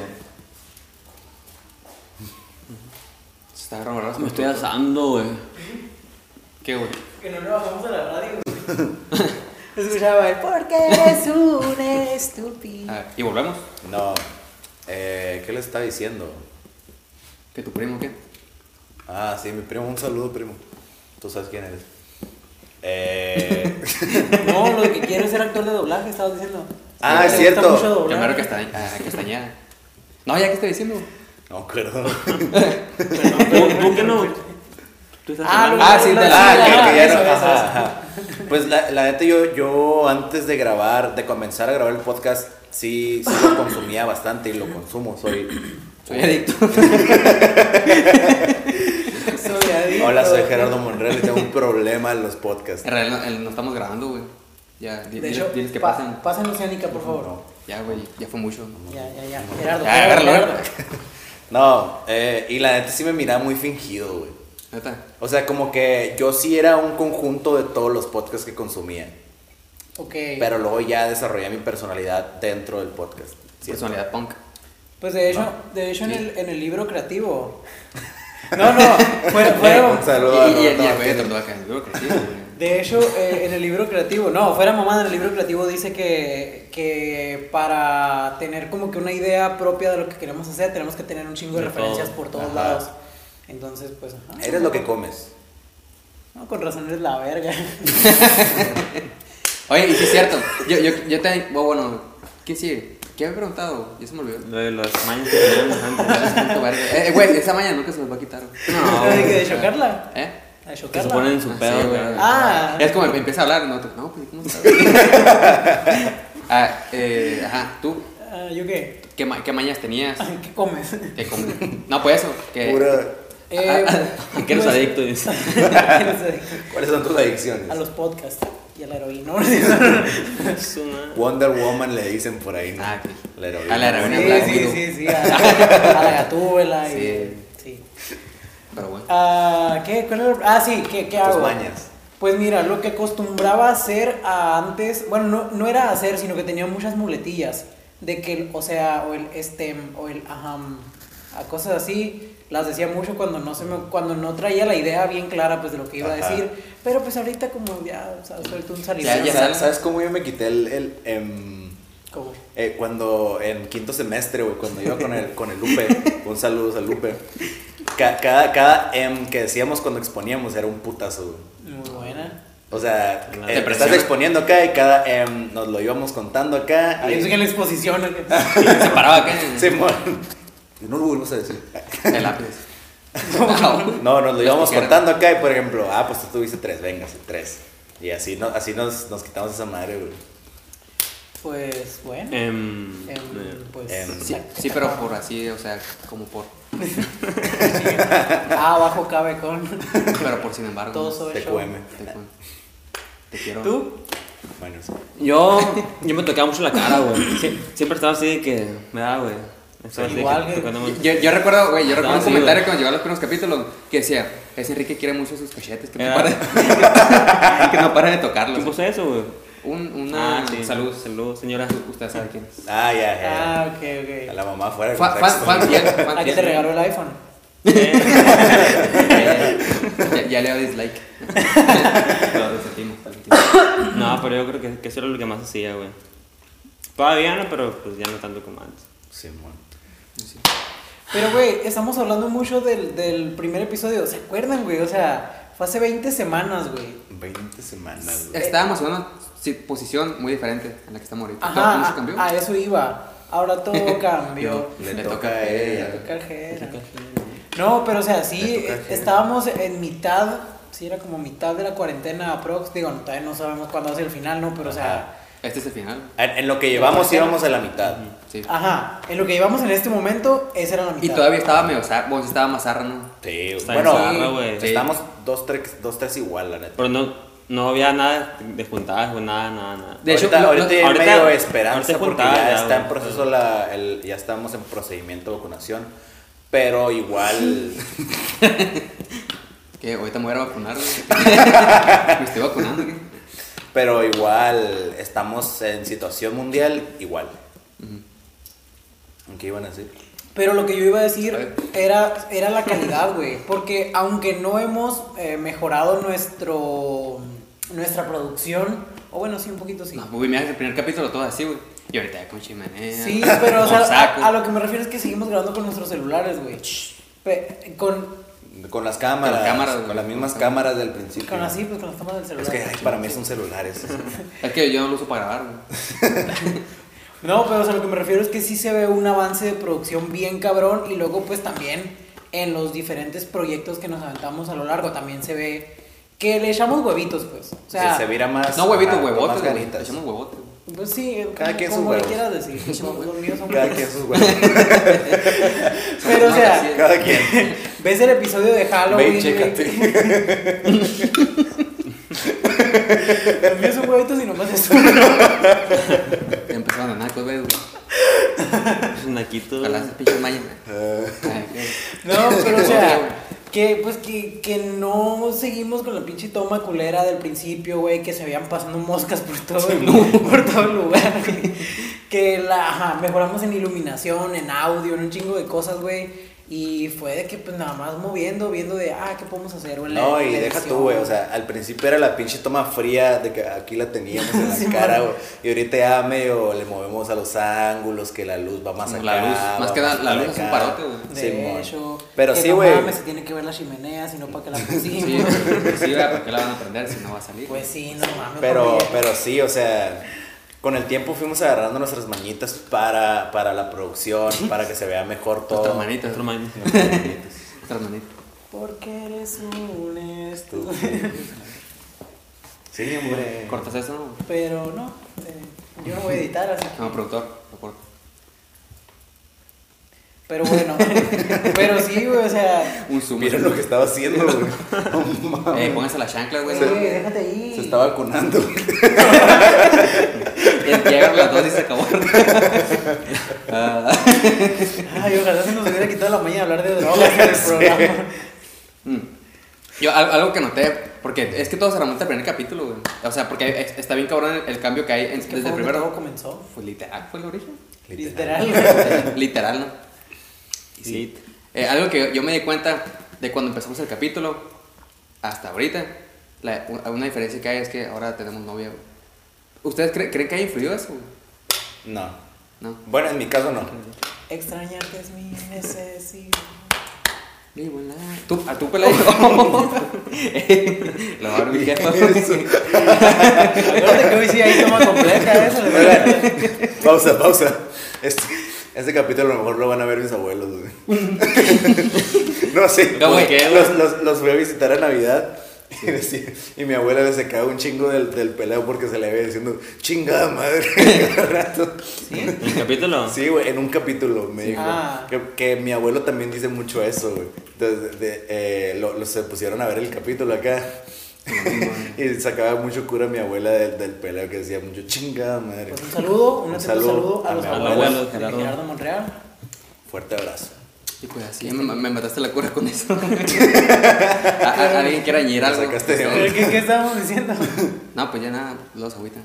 Speaker 2: Se está agarrando
Speaker 4: ah,
Speaker 2: raras
Speaker 4: me
Speaker 2: con
Speaker 4: estoy
Speaker 2: todo.
Speaker 4: asando, güey.
Speaker 2: ¿Qué, güey?
Speaker 1: Que no le bajamos a la radio. Escuchaba el porque eres un
Speaker 2: A
Speaker 1: estúpido.
Speaker 2: ver, y volvemos.
Speaker 3: No. Eh, ¿Qué le estaba diciendo?
Speaker 2: ¿Que tu primo qué?
Speaker 3: Ah, sí, mi primo. Un saludo, primo. Tú sabes quién eres. Eh.
Speaker 1: No, lo que quiero es ser actor de doblaje, estabas diciendo.
Speaker 3: Ah, es
Speaker 1: Le gusta
Speaker 3: cierto.
Speaker 1: mucho doblar.
Speaker 2: Llamar a Castañ- a Castañeda. No, ya que estoy diciendo.
Speaker 3: No, perdón.
Speaker 4: ¿Tú, tú qué no? ¿Tú estás
Speaker 1: Ah,
Speaker 4: hablando?
Speaker 1: lo-
Speaker 2: Ah, sí, de la-
Speaker 3: Ah,
Speaker 2: Ah,
Speaker 3: que- que ya
Speaker 1: eso,
Speaker 3: no-
Speaker 1: eso, eso.
Speaker 3: ajá, ajá. Pues la, la neta, yo, yo antes de grabar, de comenzar a grabar el podcast, sí, sí lo consumía bastante y lo consumo. Soy.
Speaker 2: Soy adicto.
Speaker 1: Soy adicto.
Speaker 3: Hola, soy Gerardo Monreal y tengo un problema en los podcasts.
Speaker 2: En realidad no, no estamos grabando, güey. Ya, di-
Speaker 1: De
Speaker 2: diles,
Speaker 1: hecho,
Speaker 2: diles que
Speaker 1: pa-
Speaker 2: pasen.
Speaker 1: pasen Oceánica, por favor.
Speaker 3: No.
Speaker 2: Ya, güey, ya fue mucho.
Speaker 1: Ya, ya, ya. Gerardo.
Speaker 2: Ya, eh. agárralo,
Speaker 1: Gerardo.
Speaker 2: agárralo.
Speaker 3: No, eh, y la neta sí me miraba muy fingido, güey.
Speaker 2: Neta.
Speaker 3: O sea, como que yo sí era un conjunto de todos los podcasts que consumía.
Speaker 1: Ok.
Speaker 3: Pero luego ya desarrollé mi personalidad dentro del podcast. Sí,
Speaker 2: Personalidad punk.
Speaker 1: Pues de hecho,
Speaker 3: No.
Speaker 1: de hecho en,
Speaker 2: Sí.
Speaker 1: el, en el libro creativo. No, no, fue- fueron-
Speaker 3: Un saludo a
Speaker 2: Y- y-
Speaker 3: Roberto
Speaker 2: y- y-
Speaker 3: Martínez.
Speaker 2: güey, te lo acá, yo creo que sí, güey.
Speaker 1: De hecho, eh, en el libro creativo, no, fuera mamá, en el libro creativo dice que, que para tener como que una idea propia de lo que queremos hacer, tenemos que tener un chingo de,
Speaker 4: De
Speaker 1: referencias
Speaker 4: todo.
Speaker 1: por todos
Speaker 3: Ajá.
Speaker 1: lados. Entonces, pues, ajá.
Speaker 3: Eres lo que comes.
Speaker 1: No, con razón eres la verga.
Speaker 2: Oye, y sí es cierto. Yo, yo, yo te. Bueno, bueno, ¿quién sigue? ¿Qué había preguntado? Ya se me olvidó.
Speaker 4: Lo de las mañas que tenemos antes.
Speaker 2: Tanto verga. Eh, eh, güey, esa mañana nunca se nos va a quitar. güey.
Speaker 4: No,
Speaker 1: ¿De qué?
Speaker 4: güey.
Speaker 1: ¿De chocarla?
Speaker 2: ¿Eh?
Speaker 1: ¿De
Speaker 4: Que se
Speaker 1: chocarla?
Speaker 4: ponen en su
Speaker 2: Ah,
Speaker 4: pedo,
Speaker 2: sí,
Speaker 4: güey.
Speaker 2: güey.
Speaker 1: Ah.
Speaker 2: Es como empieza a hablar, no, Tú, no, pues, ¿cómo estás? ah, eh, ajá, tú,
Speaker 1: Ah, ¿Yo qué?
Speaker 2: ¿qué, ma- qué mañas tenías?
Speaker 1: ¿Qué comes?
Speaker 2: ¿Qué comes? No, pues eso. Que,
Speaker 3: Pura-
Speaker 1: Eh,
Speaker 4: ¿A qué eres
Speaker 1: pues-
Speaker 4: adicto? dice?
Speaker 1: ¿A qué eres adicto?
Speaker 3: ¿Cuáles son tus adicciones?
Speaker 1: A los podcasts. y a la heroína. sí,
Speaker 4: Su madre.
Speaker 3: Wonder Woman le dicen por ahí, ¿no?
Speaker 2: Ah, sí.
Speaker 3: La heroína.
Speaker 2: A la heroína.
Speaker 1: sí, sí, sí, a, a la gatúbela. y-
Speaker 2: Sí.
Speaker 1: sí.
Speaker 2: Pero bueno.
Speaker 1: Ah, ¿qué? ¿Cuál era? Ah, sí, ¿qué, qué
Speaker 3: Tus
Speaker 1: hago?
Speaker 3: mañas.
Speaker 1: Pues mira, lo que acostumbraba a hacer a antes, bueno, no, no era hacer, sino que tenía muchas muletillas. De que, el- o sea, o el STEM, o el aham, a cosas así, las decía mucho cuando no, se me, cuando no traía la idea bien clara pues, de lo que iba
Speaker 3: Ajá.
Speaker 1: a decir. Pero pues ahorita, como ya, o sea, suelto un
Speaker 3: Sí,
Speaker 1: salido.
Speaker 2: Ya, ya
Speaker 3: ¿sabes,
Speaker 2: sabes.
Speaker 3: sabes cómo yo me quité el... el, em,
Speaker 1: Como,
Speaker 3: eh, cuando en quinto semestre, güey, cuando iba con el, con el Lupe, un saludo al Lupe. Ca- cada cada em que decíamos cuando exponíamos era un putazo, güey.
Speaker 1: muy buena.
Speaker 3: O sea,
Speaker 4: Claro.
Speaker 3: eh,
Speaker 2: Depresión.
Speaker 3: estás exponiendo acá y cada em, nos lo íbamos contando acá.
Speaker 2: Ah,
Speaker 1: Ahí
Speaker 3: y-
Speaker 1: es que la exposición. ¿no?
Speaker 2: Se paraba acá en
Speaker 3: Sí, mo- No lo volvimos a decir.
Speaker 2: el lápiz. No.
Speaker 3: No, nos lo
Speaker 2: Las
Speaker 3: íbamos
Speaker 2: pusieron.
Speaker 3: contando acá y por ejemplo, ah, pues tú tuviste tres, venga, sí, tres. Y así, no, así nos, nos quitamos esa madre, güey.
Speaker 1: Pues bueno.
Speaker 4: Em,
Speaker 1: em, pues,
Speaker 3: em,
Speaker 2: Sí, sí, pero por así, o sea, como por.
Speaker 1: Ah, abajo cabe con.
Speaker 2: Pero por sin embargo.
Speaker 1: Todo sobre
Speaker 3: Te
Speaker 1: show.
Speaker 3: cueme.
Speaker 2: Te, cu- te quiero.
Speaker 1: ¿Tú?
Speaker 3: Bueno,
Speaker 4: Yo, yo me tocaba mucho la cara, güey. Sie- siempre estaba así de que me daba, güey. Estaba así de
Speaker 1: Igual,
Speaker 4: que
Speaker 1: güey.
Speaker 4: tocándome-
Speaker 2: Yo, yo recuerdo, güey, yo recuerdo
Speaker 4: No,
Speaker 2: un
Speaker 4: sí,
Speaker 2: comentario
Speaker 4: güey.
Speaker 2: cuando llegó a los primeros capítulos que decía, ese Enrique quiere mucho sus cachetes, que, no
Speaker 4: Era-
Speaker 2: para, que no para de
Speaker 4: ¿Quién
Speaker 2: tocarlos.
Speaker 4: puso eso, güey?
Speaker 2: Un,
Speaker 4: ah,
Speaker 2: una salud,
Speaker 4: Salud, señora.
Speaker 2: usted sabe quién es.
Speaker 3: Ah, ya, ya, ya.
Speaker 1: Ah, ok,
Speaker 3: A
Speaker 1: ok.
Speaker 3: la mamá fuera de
Speaker 2: Fan, fan,
Speaker 3: contexto.
Speaker 2: fan fiel, fan
Speaker 1: ¿A qué te
Speaker 2: fiel.
Speaker 1: regaló el iPhone?
Speaker 4: Eh,
Speaker 2: ya, ya le doy dislike.
Speaker 4: Lo resentimos, lo resentimos. No, pero yo creo que, que eso era lo que más hacía, güey. Todavía no, pero pues ya no tanto como antes.
Speaker 3: Simón.
Speaker 1: Pero, güey, estamos hablando mucho del, del primer episodio. ¿Se acuerdan, güey? O sea, fue hace 20 semanas, güey.
Speaker 3: 20 semanas, güey.
Speaker 2: Estábamos en una si- posición muy diferente a la que estamos ahorita. ¿Todo
Speaker 1: Ajá, ah,
Speaker 2: mucho cambió?
Speaker 1: a, a eso iba. Ahora todo cambió.
Speaker 3: Le, toca a ella.
Speaker 1: Cajera. No, pero o sea, sí,
Speaker 3: Me toca
Speaker 1: eh,
Speaker 3: hacer.
Speaker 1: estábamos en mitad, sí, era como mitad de la cuarentena aprox. Digo, no, todavía no sabemos cuándo va a ser el final, ¿no? Pero, o sea,
Speaker 2: Este es el final.
Speaker 3: En, en lo que llevamos íbamos a la mitad.
Speaker 2: Sí.
Speaker 1: Ah. ajá, en lo que llevamos en este momento, esa era la mitad.
Speaker 2: Y todavía estaba medio zar- bueno, sí estaba más zarra, ¿no?
Speaker 3: Sí,
Speaker 4: Está
Speaker 3: bueno,
Speaker 4: bien zarra, güey.
Speaker 3: sí, estamos dos tres, dos, tres igual, la neta.
Speaker 4: Pero no, no había nada de juntadas, güey, nada, nada, nada.
Speaker 2: De hecho,
Speaker 3: ahorita,
Speaker 2: lo- lo-
Speaker 3: ahorita ya hay
Speaker 4: ahorita-
Speaker 3: medio
Speaker 4: ahorita
Speaker 3: esperanza porque
Speaker 4: juntada,
Speaker 3: ya
Speaker 4: ya,
Speaker 3: está en
Speaker 4: güey.
Speaker 3: proceso la, el- ya estamos en procedimiento de vacunación, pero igual
Speaker 2: Que ahorita me voy a ir a vacunar. güey. me estoy vacunando, ¿qué?
Speaker 3: Pero igual estamos en situación mundial igual. ¿Qué iban a decir?
Speaker 1: Pero lo que yo iba a
Speaker 2: A
Speaker 1: decir
Speaker 2: ver.
Speaker 1: era, era la calidad, güey. Porque aunque no hemos eh, mejorado nuestro, nuestra producción, o bueno, sí, un poquito sí.
Speaker 2: No, muy bien, el primer capítulo todo así, güey. Y ahorita ya con chimenea.
Speaker 1: Sí, pero o
Speaker 2: con
Speaker 1: sea,
Speaker 2: saco.
Speaker 1: a, a lo que me refiero es que seguimos grabando con nuestros celulares, güey. Pe- Con,
Speaker 3: Con las cámaras.
Speaker 2: Con las
Speaker 3: Con,
Speaker 2: cámaras, güey.
Speaker 3: las mismas
Speaker 2: Con-
Speaker 3: cámaras del principio.
Speaker 1: con así, pues con las cámaras del celular.
Speaker 3: Es que ay, para mí son celulares.
Speaker 2: Es que yo no lo uso para grabar, güey.
Speaker 1: No, pero o sea, lo que me refiero es que sí se ve un avance de producción bien cabrón y luego pues también en los diferentes proyectos que nos aventamos a lo largo también se ve que le echamos huevitos, pues. O sea,
Speaker 3: se mira más.
Speaker 2: No, huevito,
Speaker 3: ajá, con
Speaker 2: huevote,
Speaker 3: más
Speaker 2: güey.
Speaker 3: ganitas.
Speaker 2: Echamos huevote, güey.
Speaker 1: Pues sí,
Speaker 3: Cada
Speaker 1: como,
Speaker 3: quien sus
Speaker 1: como le
Speaker 3: huevos.
Speaker 1: quieras decir. Los míos son
Speaker 3: Cada
Speaker 1: huevos.
Speaker 3: quien sus huevos.
Speaker 1: Pero o sea,
Speaker 2: Cada
Speaker 3: Cada quien.
Speaker 1: ves el episodio de Halloween.
Speaker 3: Ve y
Speaker 1: güey?
Speaker 3: chécate.
Speaker 1: Los míos son huevitos y nomás eso.
Speaker 2: Ya empezaron a nacos, güey. güey.
Speaker 4: Es Pues, un naquito.
Speaker 2: Ojalá se pinche maña, güey. Ay, güey.
Speaker 1: Ah, No, pero o
Speaker 2: Oye,
Speaker 1: sea, que pues que, que no seguimos con la pinche toma culera del principio, güey, que se veían pasando moscas por todo el, por todo el lugar, güey. Que la ajá, mejoramos en iluminación, en audio, en un chingo de cosas, güey. Y fue de que pues nada más moviendo, viendo de, ah, ¿qué podemos hacer? O en la-
Speaker 3: No,
Speaker 1: en
Speaker 3: y
Speaker 1: la
Speaker 3: deja
Speaker 1: edición.
Speaker 3: tú, güey. O sea, al principio era la pinche toma fría de que aquí la teníamos en la
Speaker 1: Sí,
Speaker 3: cara,
Speaker 1: man.
Speaker 3: güey. Y ahorita ya medio le movemos a los ángulos, que la luz va más
Speaker 2: La
Speaker 3: acá.
Speaker 2: luz,
Speaker 3: va
Speaker 2: más que la-
Speaker 3: para
Speaker 2: la luz es un
Speaker 3: acá.
Speaker 2: parote, güey.
Speaker 1: De
Speaker 3: Simón.
Speaker 1: hecho,
Speaker 3: Pero
Speaker 1: que
Speaker 3: sí,
Speaker 1: no
Speaker 3: güey.
Speaker 1: mames, se tiene que ver la chimenea, si no para que la pusimos.
Speaker 2: Sí, güey. sí, güey, ¿por qué la van a prender si no va a salir?
Speaker 1: Pues sí, no mames.
Speaker 3: Pero,
Speaker 1: porque-
Speaker 3: pero sí, o sea, con el tiempo fuimos agarrando nuestras mañitas para, para la producción, para que se vea mejor
Speaker 2: Nuestra
Speaker 1: pues,
Speaker 3: todo.
Speaker 2: manita, nuestra
Speaker 4: Otro man.
Speaker 2: manita.
Speaker 1: Porque eres un estúpido.
Speaker 3: Tú. Sí, hombre.
Speaker 2: ¿Cortas eso, no?
Speaker 1: Pero no, eh, yo no voy a editar así. que-
Speaker 2: No, productor, lo corto.
Speaker 1: Pero bueno, pero sí, güey, o sea,
Speaker 2: Un zoom.
Speaker 3: Miren lo que estaba haciendo, güey. No
Speaker 2: Eh, pónganse la chancla, güey. Eh,
Speaker 1: Güey, déjate ahí.
Speaker 3: Se está vacunando.
Speaker 2: Llegaron las dos y se acabó. Ah,
Speaker 1: Ay, ojalá se nos hubiera quitado la mañana hablar de drogas en el programa.
Speaker 2: mm. Yo al- algo que noté, porque es que todo se remonta al primer capítulo, güey. O sea, porque es- está bien cabrón el, el cambio que hay en-
Speaker 1: Es que
Speaker 2: desde el
Speaker 1: fue donde
Speaker 2: primero.
Speaker 1: todo comenzó.
Speaker 2: Fue literal, fue el origen.
Speaker 1: Literal.
Speaker 2: literal, ¿no? Y sí. Eh, algo que yo me di cuenta de cuando empezamos el capítulo hasta ahorita, la- una diferencia que hay es que ahora tenemos novia. güey. ¿Ustedes cre- creen que haya influido eso? güey?
Speaker 3: No.
Speaker 2: No.
Speaker 3: Bueno, en mi caso no.
Speaker 1: Extrañarte es mi necesidad.
Speaker 2: ¿Tú, a tu peladito. Lo va a ver mi jefa.
Speaker 1: Acuérdate que hoy sí hay toma completa, ¿eh? eso.
Speaker 3: Oigan, pausa, pausa. Este, este capítulo a lo mejor lo van a ver mis abuelos, güey. No, sí.
Speaker 2: No, güey, ¿qué, güey?
Speaker 3: los, los, los fui a visitar a Navidad. Y, decía- y mi abuela le sacaba un chingo del, del peleo porque se le había diciendo, chingada madre, cada rato.
Speaker 4: ¿En el capítulo?
Speaker 3: Sí, güey, en un capítulo me dijo
Speaker 1: Ah.
Speaker 3: que, que mi abuelo también dice mucho eso, güey. Entonces, de- eh, lo, lo- se pusieron a ver el capítulo acá. y sacaba mucho cura mi abuela del, del peleo que decía mucho chingada madre.
Speaker 1: Pues un saludo, un,
Speaker 3: Un
Speaker 1: atento saludo,
Speaker 3: saludo
Speaker 1: a
Speaker 3: a
Speaker 1: los
Speaker 3: mi
Speaker 1: abuelos
Speaker 4: abuelo,
Speaker 1: de
Speaker 4: Gerardo.
Speaker 1: Gerardo Monreal.
Speaker 3: Fuerte abrazo.
Speaker 2: Y pues así, me, me mataste la cura con eso. A- a- Alguien quiere añir
Speaker 3: Me
Speaker 2: algo.
Speaker 3: sacaste de
Speaker 1: ¿Pero
Speaker 3: onda.
Speaker 1: Eh, ¿Qué, qué estábamos diciendo?
Speaker 2: No, pues ya nada, los agüita.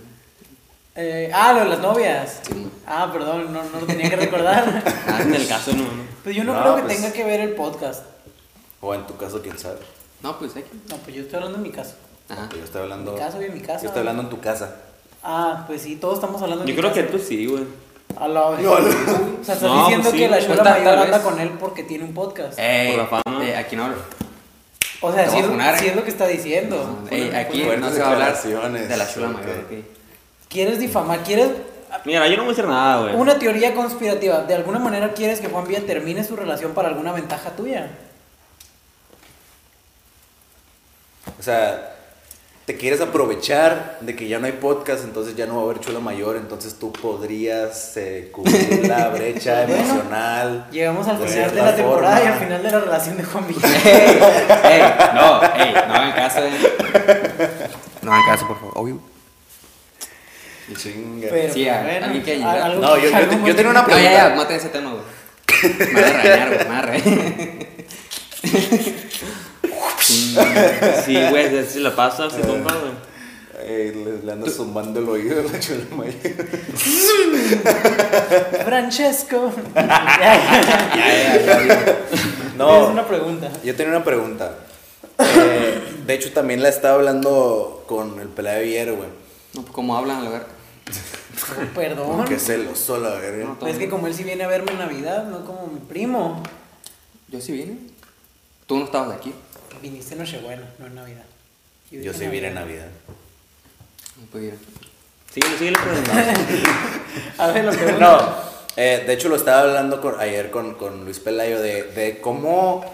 Speaker 1: Eh, ah, lo de las novias.
Speaker 2: Sí, güey.
Speaker 1: Ah, perdón, no, no lo tenía que recordar.
Speaker 4: Ah, en el caso no, no.
Speaker 1: Pues yo no,
Speaker 3: No,
Speaker 1: creo que
Speaker 3: pues-
Speaker 1: tenga que ver el podcast.
Speaker 3: O en tu caso, quién sabe.
Speaker 2: No, pues aquí.
Speaker 1: No, pues yo estoy hablando en mi caso.
Speaker 2: Ajá.
Speaker 3: Yo estoy hablando.
Speaker 1: Mi casa, güey, mi casa.
Speaker 3: Yo estoy hablando en tu casa.
Speaker 1: Ah, pues sí, todos estamos hablando en
Speaker 4: Yo
Speaker 1: mi
Speaker 4: creo que
Speaker 1: casa.
Speaker 4: tú sí, güey.
Speaker 1: A la
Speaker 3: No, no.
Speaker 1: O sea, estás
Speaker 4: No,
Speaker 1: diciendo
Speaker 4: pues sí,
Speaker 1: que la
Speaker 4: pues
Speaker 1: Shola
Speaker 2: tal-
Speaker 1: Mayor
Speaker 2: tal
Speaker 1: anda
Speaker 2: vez.
Speaker 1: con él porque tiene un podcast.
Speaker 2: Ey,
Speaker 4: Por la fama.
Speaker 2: eh, aquí no hablo.
Speaker 1: o sea,
Speaker 2: te
Speaker 1: sí
Speaker 2: voy a
Speaker 1: es,
Speaker 2: funar,
Speaker 1: sí
Speaker 2: eh.
Speaker 1: es lo que está diciendo. pues,
Speaker 2: No, ey, aquí no
Speaker 3: Fuertes
Speaker 2: se va a hablar
Speaker 3: declaraciones.
Speaker 2: de la chula
Speaker 3: Ok.
Speaker 2: mayor. ok.
Speaker 1: ¿Quieres difamar? ¿Quieres
Speaker 4: Mira, yo no voy a hacer nada, güey.
Speaker 1: una teoría conspirativa? ¿De alguna manera quieres que Juan Villa termine su relación para alguna ventaja tuya?
Speaker 3: O sea, te quieres aprovechar de que ya no hay podcast, entonces ya no va a haber chula mayor, entonces tú podrías eh, cubrir la brecha
Speaker 1: Bueno,
Speaker 3: emocional.
Speaker 1: Llegamos al
Speaker 3: Pues, de
Speaker 1: final de
Speaker 3: cierta
Speaker 1: la temporada y
Speaker 3: forma.
Speaker 1: al final de la relación de Juan Villa.
Speaker 2: Ey, ey, no, ey, no hagan caso. eh. No hagan caso, por favor. Obvio.
Speaker 3: Chinga.
Speaker 1: Pero,
Speaker 2: Sí, a- alguien que ayudar.
Speaker 1: pues, algo-
Speaker 3: No, yo- yo
Speaker 1: algo
Speaker 3: te-
Speaker 1: muy-
Speaker 3: yo tenía una
Speaker 2: No, ya, ya, maten ese tema, güey. Me van a regañar, güey, me van a regañar.
Speaker 4: Sí, güey, si- si la pasas, se compa, güey.
Speaker 3: Eh, le, le andas zumbando el oído a la chula mayor.
Speaker 1: Francesco. Ya,
Speaker 2: Ya, ya, ya, ya.
Speaker 1: Es
Speaker 3: No,
Speaker 1: una pregunta.
Speaker 3: yo tenía una pregunta. Eh, de hecho, también la estaba hablando con el pelado ayer, güey.
Speaker 2: No, pues, como hablan, a la verga.
Speaker 1: Perdón.
Speaker 3: Porque celoso, la verga.
Speaker 2: No,
Speaker 1: Pues es que como él sí viene a verme en Navidad, no como mi primo.
Speaker 2: Yo sí vine. Tú no estabas aquí.
Speaker 1: Viniste en Nochebuena, no en Navidad.
Speaker 3: Yo
Speaker 1: dije
Speaker 3: sí vine en Navidad.
Speaker 2: No podía.
Speaker 4: Síguele, síguele, pues.
Speaker 1: A ver, lo que
Speaker 3: No, eh, de hecho lo estaba hablando con- ayer con, con Luis Pelayo de, de cómo,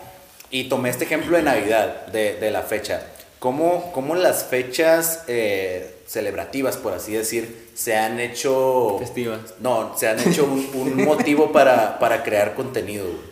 Speaker 3: y tomé este ejemplo de Navidad, de, de la fecha, cómo, cómo las fechas eh, celebrativas, por así decir, se han hecho...
Speaker 2: Festivas.
Speaker 3: No, se han hecho un, un motivo para, para crear contenido. güey.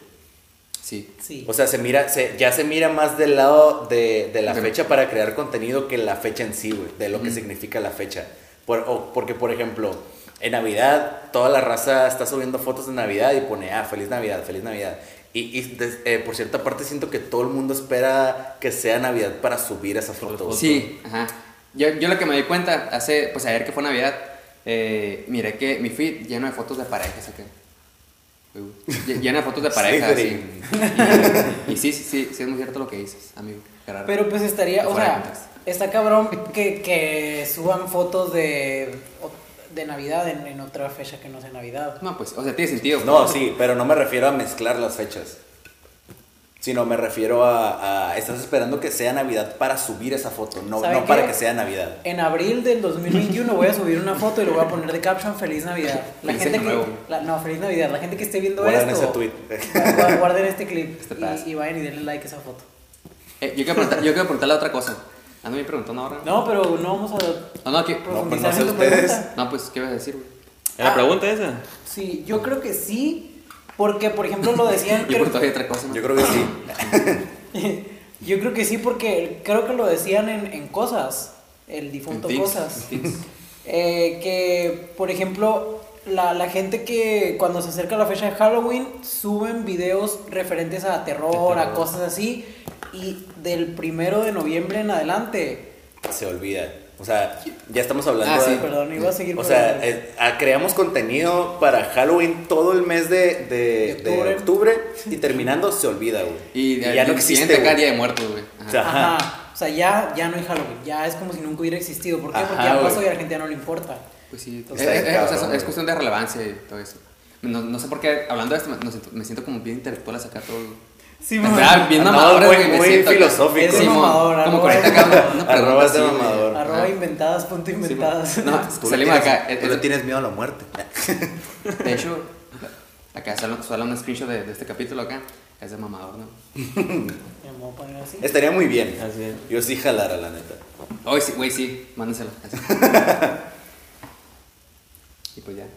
Speaker 2: Sí.
Speaker 1: Sí.
Speaker 3: O sea, se mira, se- ya se mira más del lado de, de la
Speaker 2: Del-
Speaker 3: fecha para crear contenido que la fecha en sí, güey, de lo que significa la fecha. Por- o- porque, por ejemplo, en Navidad, toda la raza está subiendo fotos de Navidad y pone, ah, feliz Navidad, feliz Navidad. Y, y des- eh, por cierta parte siento que todo el mundo espera que sea Navidad para subir esas fotos.
Speaker 2: Sí, ajá. Yo, yo lo que me di cuenta hace, pues ayer que fue Navidad, eh, miré que mi feed lleno de fotos de parejas, ¿o qué? Uy, lle- Lleno de fotos de parejas, sí. Y, y sí, sí, sí, sí, es muy cierto lo que dices, amigo. Gerardo.
Speaker 1: Pero pues estaría, o
Speaker 2: Fuera de
Speaker 1: sea,
Speaker 2: contexto.
Speaker 1: está cabrón que, que suban fotos de, de Navidad en, en otra fecha que no sea Navidad.
Speaker 2: No, pues, o sea, tiene sentido.
Speaker 3: No, sí, pero no me refiero a mezclar las fechas. Sino me refiero a, a- estás esperando que sea Navidad para subir esa foto, no,
Speaker 1: ¿Sabe
Speaker 3: no para
Speaker 1: qué?
Speaker 3: que sea Navidad.
Speaker 1: En abril del 2021 voy a subir una foto y le voy a poner de caption Feliz Navidad. La
Speaker 2: Feliz
Speaker 1: gente
Speaker 2: Año
Speaker 1: que,
Speaker 2: Nuevo.
Speaker 1: la- no, Feliz Navidad. La gente que esté viendo
Speaker 3: Guarden
Speaker 1: esto,
Speaker 3: ese tweet.
Speaker 1: gua- guarden este clip
Speaker 2: Este
Speaker 1: y-
Speaker 2: pedazo.
Speaker 1: y, vayan y denle like a esa foto.
Speaker 2: Eh, yo, quiero preguntar- yo quiero preguntarle otra cosa. Ando bien preguntando ahora.
Speaker 1: No, pero no vamos a
Speaker 2: No, no, ¿qué?
Speaker 3: pues, no
Speaker 1: profundizar
Speaker 3: sé
Speaker 1: en tu
Speaker 3: ustedes.
Speaker 1: pregunta.
Speaker 2: No, pues, ¿qué vas a decir, güey?
Speaker 4: ¿La
Speaker 1: Ah.
Speaker 4: pregunta esa?
Speaker 1: Sí, yo creo que sí, porque por ejemplo lo decían
Speaker 2: Yo
Speaker 1: creo-
Speaker 2: pregunto otra cosa, ¿no?
Speaker 3: Yo creo que sí.
Speaker 1: Yo creo que sí, porque creo que lo decían en, en Cosas, el difunto
Speaker 2: En Tips,
Speaker 1: Cosas.
Speaker 2: en Tips.
Speaker 1: Eh, que, por ejemplo, la, la gente que cuando se acerca la fecha de Halloween suben videos referentes a terror,
Speaker 2: De
Speaker 1: a
Speaker 2: terror.
Speaker 1: cosas así, y del primero de noviembre en adelante.
Speaker 3: Se olvida. O sea, ya estamos hablando
Speaker 2: Ah,
Speaker 3: de-
Speaker 2: sí.
Speaker 1: Perdón, iba a seguir.
Speaker 3: O
Speaker 1: con
Speaker 3: sea,
Speaker 1: la-
Speaker 3: eh, ah, creamos contenido para Halloween todo el mes de,
Speaker 1: De
Speaker 3: de- de octubre.
Speaker 1: octubre.
Speaker 3: y terminando se olvida, güey.
Speaker 2: Y,
Speaker 3: Y
Speaker 2: de-
Speaker 3: ya no
Speaker 2: del
Speaker 3: existe.
Speaker 2: siguiente acá, Día
Speaker 3: güey.
Speaker 2: de Muertos, güey. Ajá.
Speaker 3: O sea, ajá.
Speaker 1: Ajá. O sea, ya, ya no hay Halloween, ya es como si nunca hubiera existido. ¿Por qué? Porque
Speaker 3: Ajá,
Speaker 1: ya
Speaker 3: güey.
Speaker 1: pasó y a la gente ya no le importa.
Speaker 2: Pues sí,
Speaker 3: Está
Speaker 2: es, es-
Speaker 3: bien
Speaker 2: es- o sea,
Speaker 3: cabrón,
Speaker 2: es
Speaker 3: güey.
Speaker 2: cuestión de relevancia y todo eso. No, no sé por qué, hablando de esto, me, no siento- me siento como bien intelectual a sacar todo.
Speaker 1: Sí,
Speaker 2: O sea, bien
Speaker 3: Andamos
Speaker 2: mamador,
Speaker 3: muy-
Speaker 2: güey, me
Speaker 3: muy
Speaker 2: siento acá.
Speaker 3: filosófico.
Speaker 2: Simón,
Speaker 1: Mamador,
Speaker 2: como
Speaker 1: arroba-
Speaker 2: 40 acá, una pregunta
Speaker 3: Arroba ese
Speaker 2: así, güey.
Speaker 3: mamador.
Speaker 2: Ajá.
Speaker 1: Arroba inventadas, punto inventadas.
Speaker 2: No,
Speaker 3: tú le
Speaker 2: salimos
Speaker 3: tienes-
Speaker 2: acá.
Speaker 3: Tú
Speaker 2: eh,
Speaker 3: le
Speaker 2: eh,
Speaker 3: tienes miedo a la muerte.
Speaker 2: De hecho, acá sale, sale un screenshot de, de este capítulo acá. Es de mamador, ¿no?
Speaker 1: Me voy a poner así.
Speaker 3: Estaría muy bien.
Speaker 4: Así es.
Speaker 3: Yo sí jalara, la neta.
Speaker 2: Hoy sí, güey, sí, mándenselo. así. y pues ya.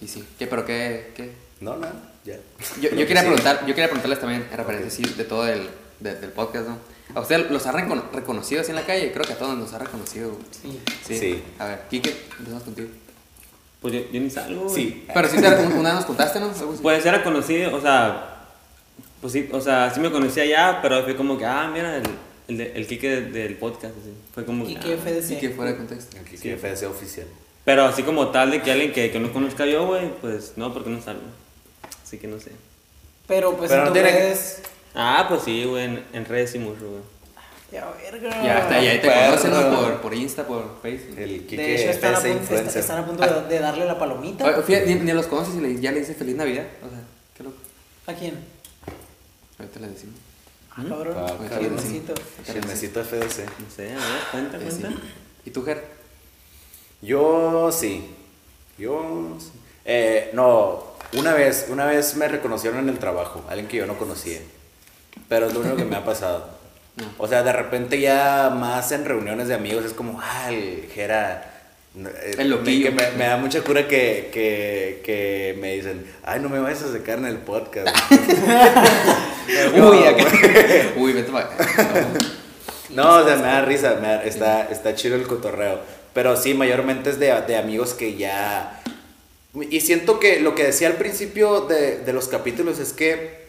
Speaker 2: Y sí. ¿Qué, pero qué? qué?
Speaker 3: No, no, ya.
Speaker 2: Yo,
Speaker 3: Creo
Speaker 2: yo
Speaker 3: que
Speaker 2: quería
Speaker 3: sí.
Speaker 2: preguntar, yo quería preguntarles también, a referencia sí, de todo el, de- del podcast, ¿no? ¿A ustedes los han recono- reconocido así en la calle? Creo que a todos nos ha reconocido. güey.
Speaker 1: Sí.
Speaker 3: Sí.
Speaker 2: A ver, Kike, empezamos contigo.
Speaker 4: Pues yo, yo ni salgo. güey.
Speaker 3: Sí. Ah,
Speaker 2: Pero sí, te, una vez nos contaste, ¿no? Algo así.
Speaker 4: Pues era conocido, o sea, pues sí, o sea, sí me conocía ya, pero fue como que, ah, mira, el, el, de- el Kike de- del podcast, así. Fue como que,
Speaker 1: Kike
Speaker 4: ah.
Speaker 1: FDC.
Speaker 2: Kike, fuera de contexto.
Speaker 3: Aquí que FDC oficial.
Speaker 4: Pero así como tal de que alguien que, que no conozca yo, güey, pues no, porque no salgo. Así que no sé.
Speaker 1: Pero pues
Speaker 3: Pero
Speaker 1: en
Speaker 3: no
Speaker 1: tus
Speaker 3: tiene que-
Speaker 1: redes-
Speaker 4: Ah, pues sí, güey, en, en redes y mucho, güey.
Speaker 1: Ya, verga.
Speaker 2: Ya, hasta ahí te
Speaker 3: Perro.
Speaker 2: conocen, ¿no? Por, por Insta, por Facebook.
Speaker 3: El Kike
Speaker 1: De hecho, están a,
Speaker 3: FDC
Speaker 1: punto,
Speaker 3: influencer.
Speaker 1: están a punto de, de darle la palomita.
Speaker 2: Oye, fíjate, ni, ni los conoces y le- ya le dices Feliz Navidad. O sea, qué loco.
Speaker 1: ¿A quién?
Speaker 2: Ahorita les decimos.
Speaker 1: Ah, Cabrón,
Speaker 3: Ah,
Speaker 1: qué
Speaker 3: cabrón, sí.
Speaker 1: hermosito.
Speaker 3: Chismecito FDC.
Speaker 4: No sé, a ver, cuenta,
Speaker 2: Eh, sí.
Speaker 4: cuenta.
Speaker 2: ¿Y tú, Ger?
Speaker 3: Yo sí. Yo sí. Eh, no, una vez, una vez me reconocieron en el trabajo, alguien que yo no conocía. Pero es lo único que me ha pasado. O sea, de repente ya más en reuniones de amigos es como, ah, el Jera. eh,
Speaker 2: El loquillo.
Speaker 3: Me, que me- me da mucha cura que, que, que me dicen, ay, no me vayas a sacar en el podcast.
Speaker 2: Uy, acá. Uy, vete para acá.
Speaker 3: No, o sea, me da risa, me da- está, está chido el cotorreo. Pero sí, mayormente es de, de amigos que ya... Y siento que lo que decía al principio de, de los capítulos es que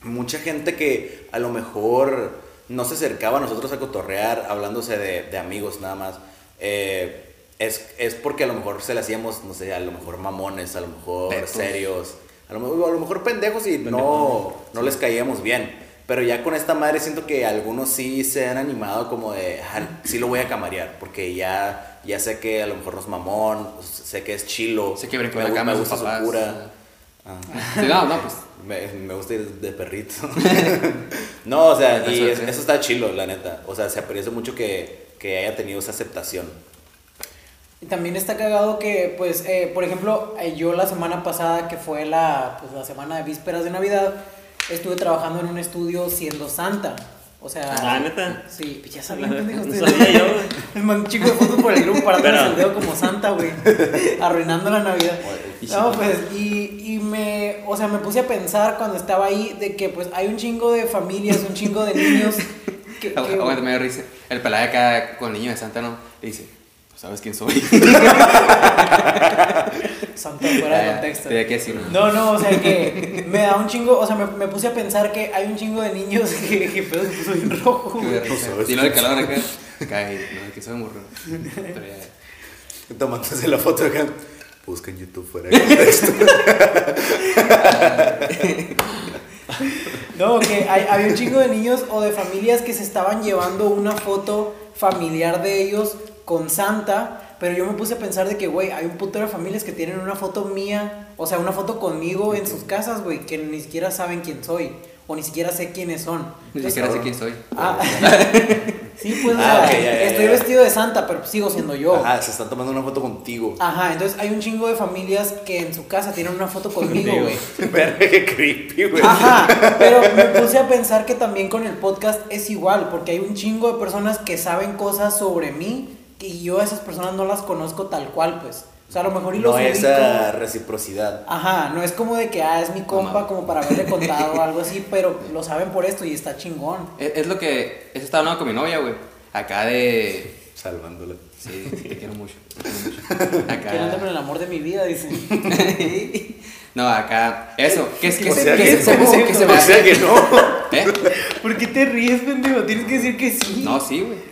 Speaker 3: mucha gente que a lo mejor no se acercaba a nosotros a cotorrear hablándose de, de amigos nada más, eh, es, es porque a lo mejor se le hacíamos, no sé, a lo mejor mamones, a lo mejor
Speaker 2: Tetos.
Speaker 3: serios, a lo, mejor- a lo mejor pendejos y no, no les caíamos bien. Pero ya con esta madre siento que algunos sí se han animado como de, "Ah, sí lo voy a camarear, porque ya, ya sé que a lo mejor no es mamón, sé que es chilo,
Speaker 2: Se quiebren con
Speaker 3: me
Speaker 2: la
Speaker 3: gu-
Speaker 2: cama
Speaker 3: me
Speaker 2: de sus
Speaker 3: gusta su
Speaker 2: papás.
Speaker 3: cura.
Speaker 2: Sí, no, no, pues.
Speaker 3: Me, me gusta ir de perrito. no, o sea, y
Speaker 2: Eso,
Speaker 3: es-
Speaker 2: sí.
Speaker 3: eso está chilo, la neta. O sea, se aprecia mucho que, que haya tenido esa aceptación.
Speaker 1: Y también está cagado que, pues, eh, por ejemplo, eh, yo la semana pasada, que fue la, pues, la semana de vísperas de Navidad, estuve trabajando en un estudio siendo santa. O sea,
Speaker 4: Ah, ¿neta?
Speaker 1: Sí, pues ya sabía,
Speaker 4: No
Speaker 1: pendejo, ustedes.
Speaker 4: sabía yo, güey.
Speaker 1: El man chico de foto por el grupo parándome
Speaker 4: Pero-
Speaker 1: el dedo como santa, güey. Arruinando la Navidad. No, pues, y, y me, o sea, me puse a pensar cuando estaba ahí de que, pues, hay un chingo de familias, un chingo de niños. que- que-
Speaker 2: Aguanta, me dio risa. El pelado acá con el niño de Santa, ¿no? Le dice, "Pues, ¿sabes quién soy?
Speaker 1: Santa fuera de
Speaker 2: Ya,
Speaker 1: contexto.
Speaker 2: tenía que decirlo.
Speaker 1: No, no, o sea que me da un chingo, o sea, me, me puse a pensar que hay un chingo de niños que, que pedo se puso bien rojo.
Speaker 2: Qué
Speaker 1: güey.
Speaker 2: risa.
Speaker 3: sabes
Speaker 2: Y lo de
Speaker 3: quién
Speaker 2: calor acá. Acá, y no, que soy morro. Pero ya.
Speaker 3: Tomándose la foto acá. Busca en YouTube fuera de contexto.
Speaker 1: No, que hay, había un chingo de niños o de familias que se estaban llevando una foto familiar de ellos con Santa. Pero yo me puse a pensar de que, güey, hay un putero de familias que tienen una foto mía, o sea, una foto conmigo en sus casas, güey, que ni siquiera saben quién soy, o ni siquiera sé quiénes son.
Speaker 2: Ni
Speaker 1: Entonces,
Speaker 2: siquiera sé quién soy.
Speaker 1: Ah, sí, pues, o sea,
Speaker 3: Ah, ok, ya, ya,
Speaker 1: estoy
Speaker 3: ya.
Speaker 1: vestido de santa, pero sigo siendo yo.
Speaker 3: Ajá, Ah, se están tomando una foto contigo.
Speaker 1: Ajá, entonces hay un chingo de familias que en su casa tienen una foto conmigo,
Speaker 4: Contigo.
Speaker 1: güey.
Speaker 3: Verga, qué creepy, güey.
Speaker 1: Ajá, pero me puse a pensar que también con el podcast es igual, porque hay un chingo de personas que saben cosas sobre mí y yo a esas personas no las conozco tal cual, pues. O sea, a lo mejor y los
Speaker 3: No esa
Speaker 1: ubico.
Speaker 3: reciprocidad.
Speaker 1: Ajá, no es como de que, ah, es mi compa
Speaker 2: mames.
Speaker 1: como para haberle contado o algo así, pero lo saben por esto y está chingón.
Speaker 2: Es, es lo que. Eso estaba hablando con mi novia, güey. Acá de.
Speaker 3: Salvándola.
Speaker 2: Sí, sí, te quiero mucho. te quiero mucho.
Speaker 1: Que no con
Speaker 2: Acá.
Speaker 1: el amor de mi vida, dice.
Speaker 2: no, acá. Eso. Que es que
Speaker 1: O
Speaker 2: se-
Speaker 1: sea
Speaker 2: que
Speaker 1: que
Speaker 2: se-
Speaker 1: no,
Speaker 2: se- que se me
Speaker 3: O sea
Speaker 2: hace.
Speaker 3: que no.
Speaker 2: ¿Eh?
Speaker 1: ¿Por qué te ríes, pendejo? Tienes que decir que sí.
Speaker 2: No, sí, güey.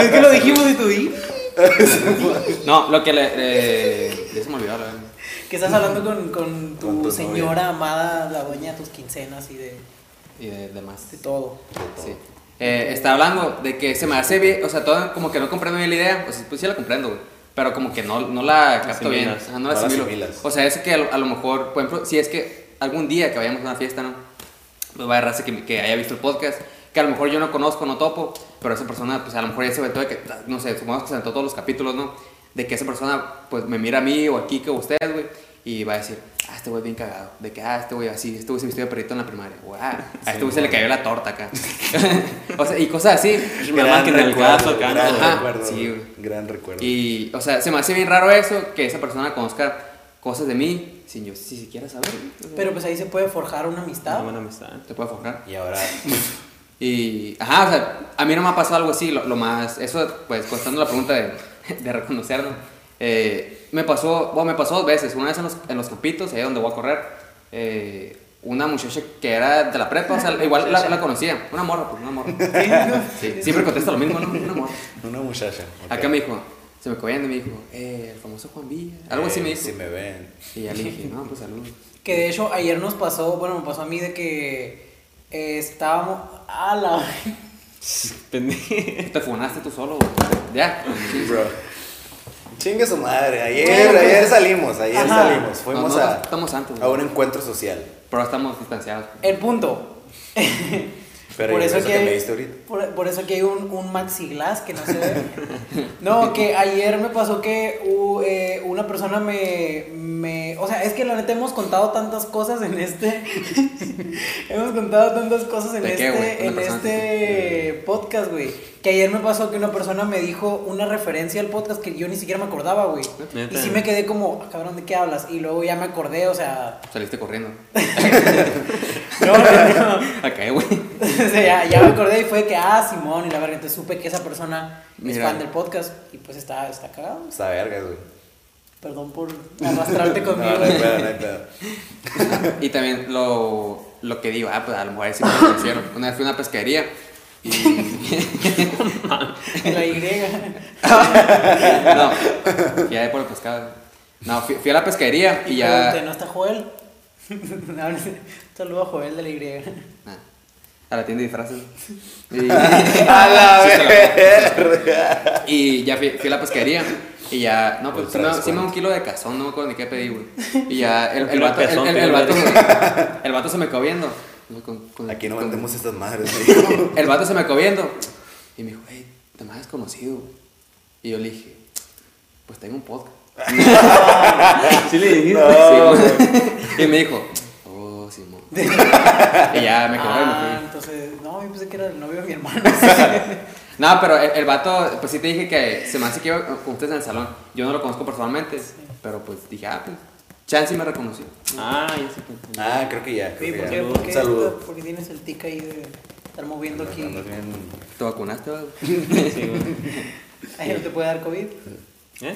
Speaker 1: Es que lo dijimos y tú di
Speaker 2: No, lo que le. eh, ya se me olvidó la verdad.
Speaker 1: que estás hablando con, con tu,
Speaker 3: Con tu
Speaker 1: señora amada, la dueña de tus quincenas y de,
Speaker 2: Y de- demás.
Speaker 1: de todo.
Speaker 2: Sí. Eh, está hablando de que se me hace bien, o sea, todo como que no comprendo bien la idea, o sea, pues sí la comprendo, güey, pero como que no, no la capto bien,
Speaker 4: Asimilas.
Speaker 2: Ajá, no la
Speaker 3: No la
Speaker 2: asimilo.
Speaker 3: asimilas.
Speaker 2: O sea, eso que a lo, a lo mejor, por ejemplo, si es que algún día que vayamos a una fiesta, ¿no? Pues va a haber raza que, que haya visto el podcast, que a lo mejor yo no conozco, no topo, pero esa persona, pues a lo mejor ya se aventó de que, no sé, supongamos que se aventó todos los capítulos, ¿no? De que esa persona, pues me mira a mí o a Kike o a ustedes, güey, y va a decir, ah, este güey es bien cagado, de que, ah, este güey así, este güey se vistió de perrito en la primaria, wow, a este güey se le cayó la torta acá. o sea, y cosas así.
Speaker 4: Nada más que en el caso acá,
Speaker 3: gran
Speaker 2: ¿no? Ajá,
Speaker 3: recuerdo,
Speaker 2: sí,
Speaker 3: güey.
Speaker 2: güey.
Speaker 3: gran recuerdo.
Speaker 2: Y, o sea, se me hace bien raro eso, que esa persona conozca cosas de mí sin yo si siquiera saber. güey. O sea,
Speaker 1: Pero pues ahí se puede forjar una amistad.
Speaker 4: Una buena amistad.
Speaker 2: te puede forjar.
Speaker 3: Y ahora,
Speaker 2: Y, ajá, o sea, a mí no me ha pasado algo así, lo, lo más, eso, pues, contestando la pregunta de, de reconocerlo, eh, me pasó, bueno, me pasó dos veces, una vez en los, en los campitos, ahí donde voy a correr, eh, una muchacha que era de la prepa, o sea, igual la, la conocía, una morra, pues, una morra. Sí, siempre contesta lo mismo, ¿no? Una morra.
Speaker 3: una muchacha. ok.
Speaker 2: Acá me dijo, se me quedó viendo y me dijo, eh, el famoso Juan Villa, algo así
Speaker 3: Eh,
Speaker 2: me dijo.
Speaker 3: Si me ven.
Speaker 2: Y ya le dije, no, pues, saludos.
Speaker 1: Que de hecho ayer nos pasó, bueno, me pasó a mí de que eh, estábamos. ¡A la!
Speaker 4: Pendejo.
Speaker 2: Te funaste tú solo, güey. Ya.
Speaker 3: Bro. Chingue su madre. Ayer,
Speaker 1: Bueno, pues-
Speaker 3: ayer salimos, ayer
Speaker 1: Ajá.
Speaker 3: salimos. Fuimos
Speaker 2: No, no,
Speaker 3: a,
Speaker 2: estamos santos,
Speaker 3: a
Speaker 2: güey.
Speaker 3: un encuentro social.
Speaker 2: Pero estamos distanciados. pues.
Speaker 1: El punto.
Speaker 3: Pero
Speaker 1: por
Speaker 3: yo
Speaker 1: eso,
Speaker 3: pienso
Speaker 1: que,
Speaker 3: que
Speaker 1: hay,
Speaker 3: me diste ahorita.
Speaker 1: Por, por eso que hay un, un maxi glass que no se ve. no, que ayer me pasó que uh, eh, una persona me, me- O sea, es que la neta hemos contado tantas cosas en este. hemos contado tantas cosas en
Speaker 2: ¿De qué, güey?
Speaker 1: este,
Speaker 2: Una
Speaker 1: en
Speaker 2: persona.
Speaker 1: este podcast, güey. Que ayer me pasó que una persona me dijo una referencia al podcast que yo ni siquiera me acordaba, güey. Y
Speaker 4: Neta.
Speaker 1: sí me quedé como, "Ah, cabrón, ¿de qué hablas? Y luego ya me acordé, o sea.
Speaker 2: Saliste corriendo.
Speaker 1: No, no, no.
Speaker 2: Acá, güey.
Speaker 1: O sea, ya, ya me acordé y fue que, ah, Simón, y la verga, entonces supe que esa persona es
Speaker 2: Mira.
Speaker 1: fan del podcast y pues está, está cagado.
Speaker 3: Está vergas, güey.
Speaker 1: Perdón por arrastrarte conmigo.
Speaker 3: No, no hay pedo, no hay pedo.
Speaker 2: Y también lo, lo que digo, ah, pues a lo mejor ahí sí me conocieron. Una vez fui a una pesquería y.
Speaker 1: en la Y.
Speaker 2: no, ya de por el pescado. No, fui, fui a la pesquería y
Speaker 1: pregunté,
Speaker 2: ya.
Speaker 1: ¿No está Joel? Un Saludo a Joel de la Y.
Speaker 2: Nah, ah, a la tienda de disfraces. Y,
Speaker 3: A la
Speaker 2: Sí, se
Speaker 3: verga.
Speaker 2: y ya fui, fui a la pesquería y ya. No, pues sí
Speaker 3: Otra
Speaker 2: me,
Speaker 3: vez,
Speaker 2: sí me
Speaker 3: güey.
Speaker 2: da un kilo de cazón, no me acuerdo ni qué pedí, güey. Y ya el,
Speaker 4: Un
Speaker 2: el,
Speaker 4: kilo de
Speaker 2: vato, el,
Speaker 4: pezón,
Speaker 2: el-
Speaker 4: te
Speaker 2: el
Speaker 4: digo,
Speaker 2: vato se, el vato se me quedó viendo. No, con- con-
Speaker 3: Aquí no
Speaker 2: con-
Speaker 3: vendemos estas madres, güey.
Speaker 2: El vato se me quedó viendo y me dijo, hey, te me has conocido. güey". Y yo le dije, pues tengo un podcast.
Speaker 4: Sí le dijiste.
Speaker 3: No,
Speaker 2: Sí, güey. y me dijo, oh, Simón. y ya me quedé
Speaker 1: Ah, entonces, no, yo pensé que era el novio de mi hermano.
Speaker 2: No, pero el, el vato, pues sí te dije que se me hace que iba con ustedes en el salón. Yo no lo conozco personalmente, pero pues dije, ah, pues, Chance me reconoció.
Speaker 4: Ah, ya sé que.
Speaker 3: Ah, creo que ya.
Speaker 1: Sí,
Speaker 3: creo
Speaker 1: ¿por
Speaker 3: que ya.
Speaker 1: qué?
Speaker 3: Un
Speaker 1: ¿Por qué?
Speaker 3: saludo.
Speaker 1: Porque tienes el tic ahí de estar moviendo aquí.
Speaker 3: Andas bien-
Speaker 2: ¿Te vacunaste, güey?
Speaker 4: Sí, güey.
Speaker 1: Ay, no te puede dar COVID.
Speaker 4: ¿Eh?
Speaker 1: ¿Eh?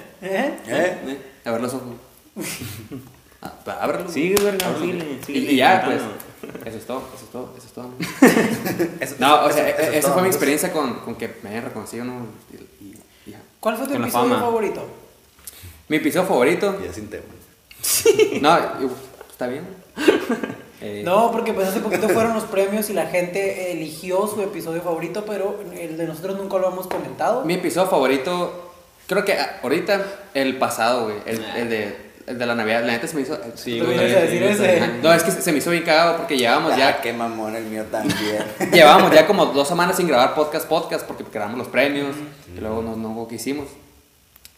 Speaker 3: ¿Eh?
Speaker 2: Ven, A ver los ojos. Ah, pa- ábrelo. güey.
Speaker 4: Sigue, verga,
Speaker 2: Ábrelo.
Speaker 4: síguele,
Speaker 2: Y,
Speaker 4: síguele
Speaker 2: y ya, pues,
Speaker 4: intentando.
Speaker 2: eso es todo, eso es todo, eso es todo.
Speaker 3: ¿Eh? Eso-
Speaker 2: No, o
Speaker 3: eso-
Speaker 2: sea,
Speaker 3: eso
Speaker 2: e-
Speaker 3: es
Speaker 2: esa
Speaker 3: todo,
Speaker 2: fue mi
Speaker 3: amigos.
Speaker 2: experiencia con, con que me hayan reconocido, ¿no? Y- y- y ya.
Speaker 1: ¿Cuál fue tu
Speaker 4: Con la
Speaker 1: episodio
Speaker 4: fama.
Speaker 1: favorito?
Speaker 2: Mi episodio favorito.
Speaker 3: Ya sin tema.
Speaker 2: No, y- está bien. Eh,
Speaker 1: No, porque pues hace poquito fueron los premios y la gente eligió su episodio favorito, pero el de nosotros nunca lo hemos comentado.
Speaker 2: Mi episodio favorito, creo que a- ahorita, el pasado, güey. El, el de, el de la Navidad. La neta se me hizo.
Speaker 4: Sí,
Speaker 1: Tú
Speaker 4: güey.
Speaker 1: vienes a decir ese.
Speaker 2: Ajá. No, es que se me hizo bien cagado porque llevábamos
Speaker 3: Ya,
Speaker 2: ya.
Speaker 3: Ah, qué mamón el mío también.
Speaker 2: Llevábamos ya como dos semanas sin grabar podcast, podcast, porque grabamos los premios y luego no, no hubo que hicimos.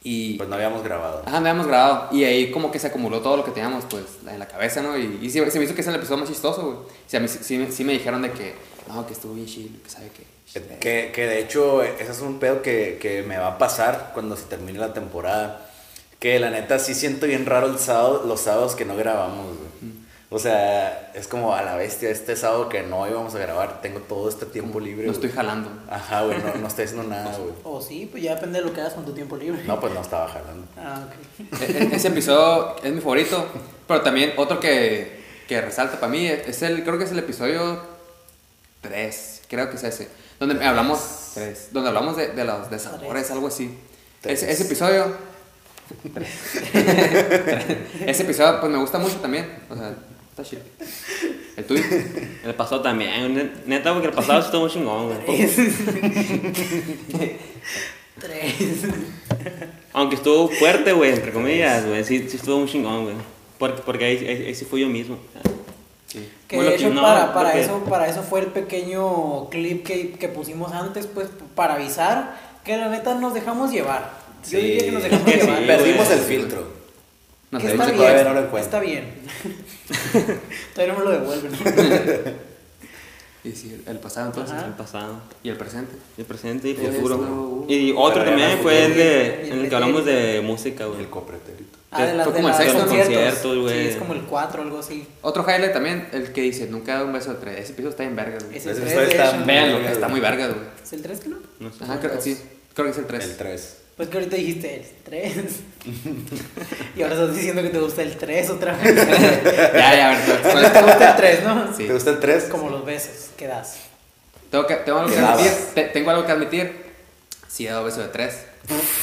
Speaker 2: Y.
Speaker 3: Pues no habíamos grabado.
Speaker 2: Ajá, no habíamos grabado. Y ahí como que se acumuló todo lo que teníamos, pues, en la cabeza, ¿no? Y, y se, se me hizo que ese era el episodio más chistoso, güey. O sea, a mí sí, sí- sí me dijeron de que, no, que estuvo bien chido, que sabe que...
Speaker 3: Que, que de hecho, ese es un pedo que, que me va a pasar cuando se termine la temporada. Que la neta sí siento bien raro el sábado, los sábados que no grabamos, güey. O sea, es como a la bestia este sábado que no íbamos a grabar. Tengo todo este tiempo libre.
Speaker 2: No
Speaker 3: güey.
Speaker 2: estoy jalando.
Speaker 3: Ajá, güey, no, no estoy haciendo nada, güey.
Speaker 1: O sí, pues ya depende de lo que hagas con tu tiempo libre.
Speaker 3: No, pues no estaba jalando.
Speaker 1: Ah, ok.
Speaker 2: E- e- Ese episodio es mi favorito, pero también otro que, que resalta para mí es el, creo que es el episodio 3, creo que es ese, donde hablamos, donde hablamos de, de los desafores,
Speaker 1: Tres.
Speaker 2: algo así.
Speaker 3: Tres.
Speaker 2: Ese, ese episodio, ese episodio pues me gusta mucho también, o sea, está chido. El tuyo.
Speaker 4: El pasado también. ne- Neta, porque el pasado sí estuvo muy chingón, güey.
Speaker 1: Tres.
Speaker 4: Aunque estuvo fuerte, güey, entre comillas, güey. Sí, sí estuvo muy chingón, güey. Porque, porque ahí, ahí, ahí sí fui yo mismo.
Speaker 1: Que
Speaker 4: Bueno,
Speaker 1: de
Speaker 4: que
Speaker 1: hecho
Speaker 4: no,
Speaker 1: para, para
Speaker 4: porque-
Speaker 1: eso, para eso fue el pequeño clip que, que pusimos antes, pues para avisar que la neta nos dejamos llevar. Yo diría que nos dejamos
Speaker 4: que sí,
Speaker 1: llevar.
Speaker 3: Perdimos
Speaker 4: güey.
Speaker 3: el filtro.
Speaker 2: Nos
Speaker 1: Que
Speaker 2: debemos
Speaker 1: está
Speaker 2: de-
Speaker 1: bien,
Speaker 3: todavía no lo encuentro.
Speaker 1: está bien. todavía no me lo devuelven.
Speaker 2: y sí, el, el pasado entonces.
Speaker 1: Ajá.
Speaker 4: El pasado.
Speaker 2: Y el presente.
Speaker 4: El presente y
Speaker 2: Pero
Speaker 4: futuro.
Speaker 2: eso-
Speaker 4: güey. Y
Speaker 3: Pero
Speaker 4: otro
Speaker 3: ya
Speaker 4: también
Speaker 3: la
Speaker 4: fue el
Speaker 1: futuro.
Speaker 4: de, en el que hablamos de música, güey.
Speaker 3: El copreterito.
Speaker 1: Ah, de las-
Speaker 2: Fue
Speaker 1: de
Speaker 2: como el
Speaker 1: las-
Speaker 2: sexto
Speaker 1: conciertos.
Speaker 4: concierto, güey.
Speaker 1: Sí, es como el 4 algo así.
Speaker 2: Otro highlight también, el que dice, nunca he dado un beso a tres. Ese episodio está en verga, güey.
Speaker 1: Es el
Speaker 3: Ese
Speaker 1: 3
Speaker 3: está bien.
Speaker 2: Véanlo, está muy verga, güey.
Speaker 1: ¿Es el 3 que no?
Speaker 4: No sé.
Speaker 2: Ajá, creo, sí, creo que es el 3.
Speaker 3: El 3.
Speaker 1: Pues que ahorita dijiste el 3. y ahora estás diciendo que te gusta el 3 otra vez. te
Speaker 2: ya, ya, a ver, te- te-
Speaker 1: gusta el 3, ¿no?
Speaker 2: Sí.
Speaker 3: ¿Te gusta el 3?
Speaker 1: Como los besos que das.
Speaker 2: tengo, que- tengo algo que
Speaker 3: Quedabas.
Speaker 2: admitir. te- tengo algo que admitir. Sí, he dado beso de 3.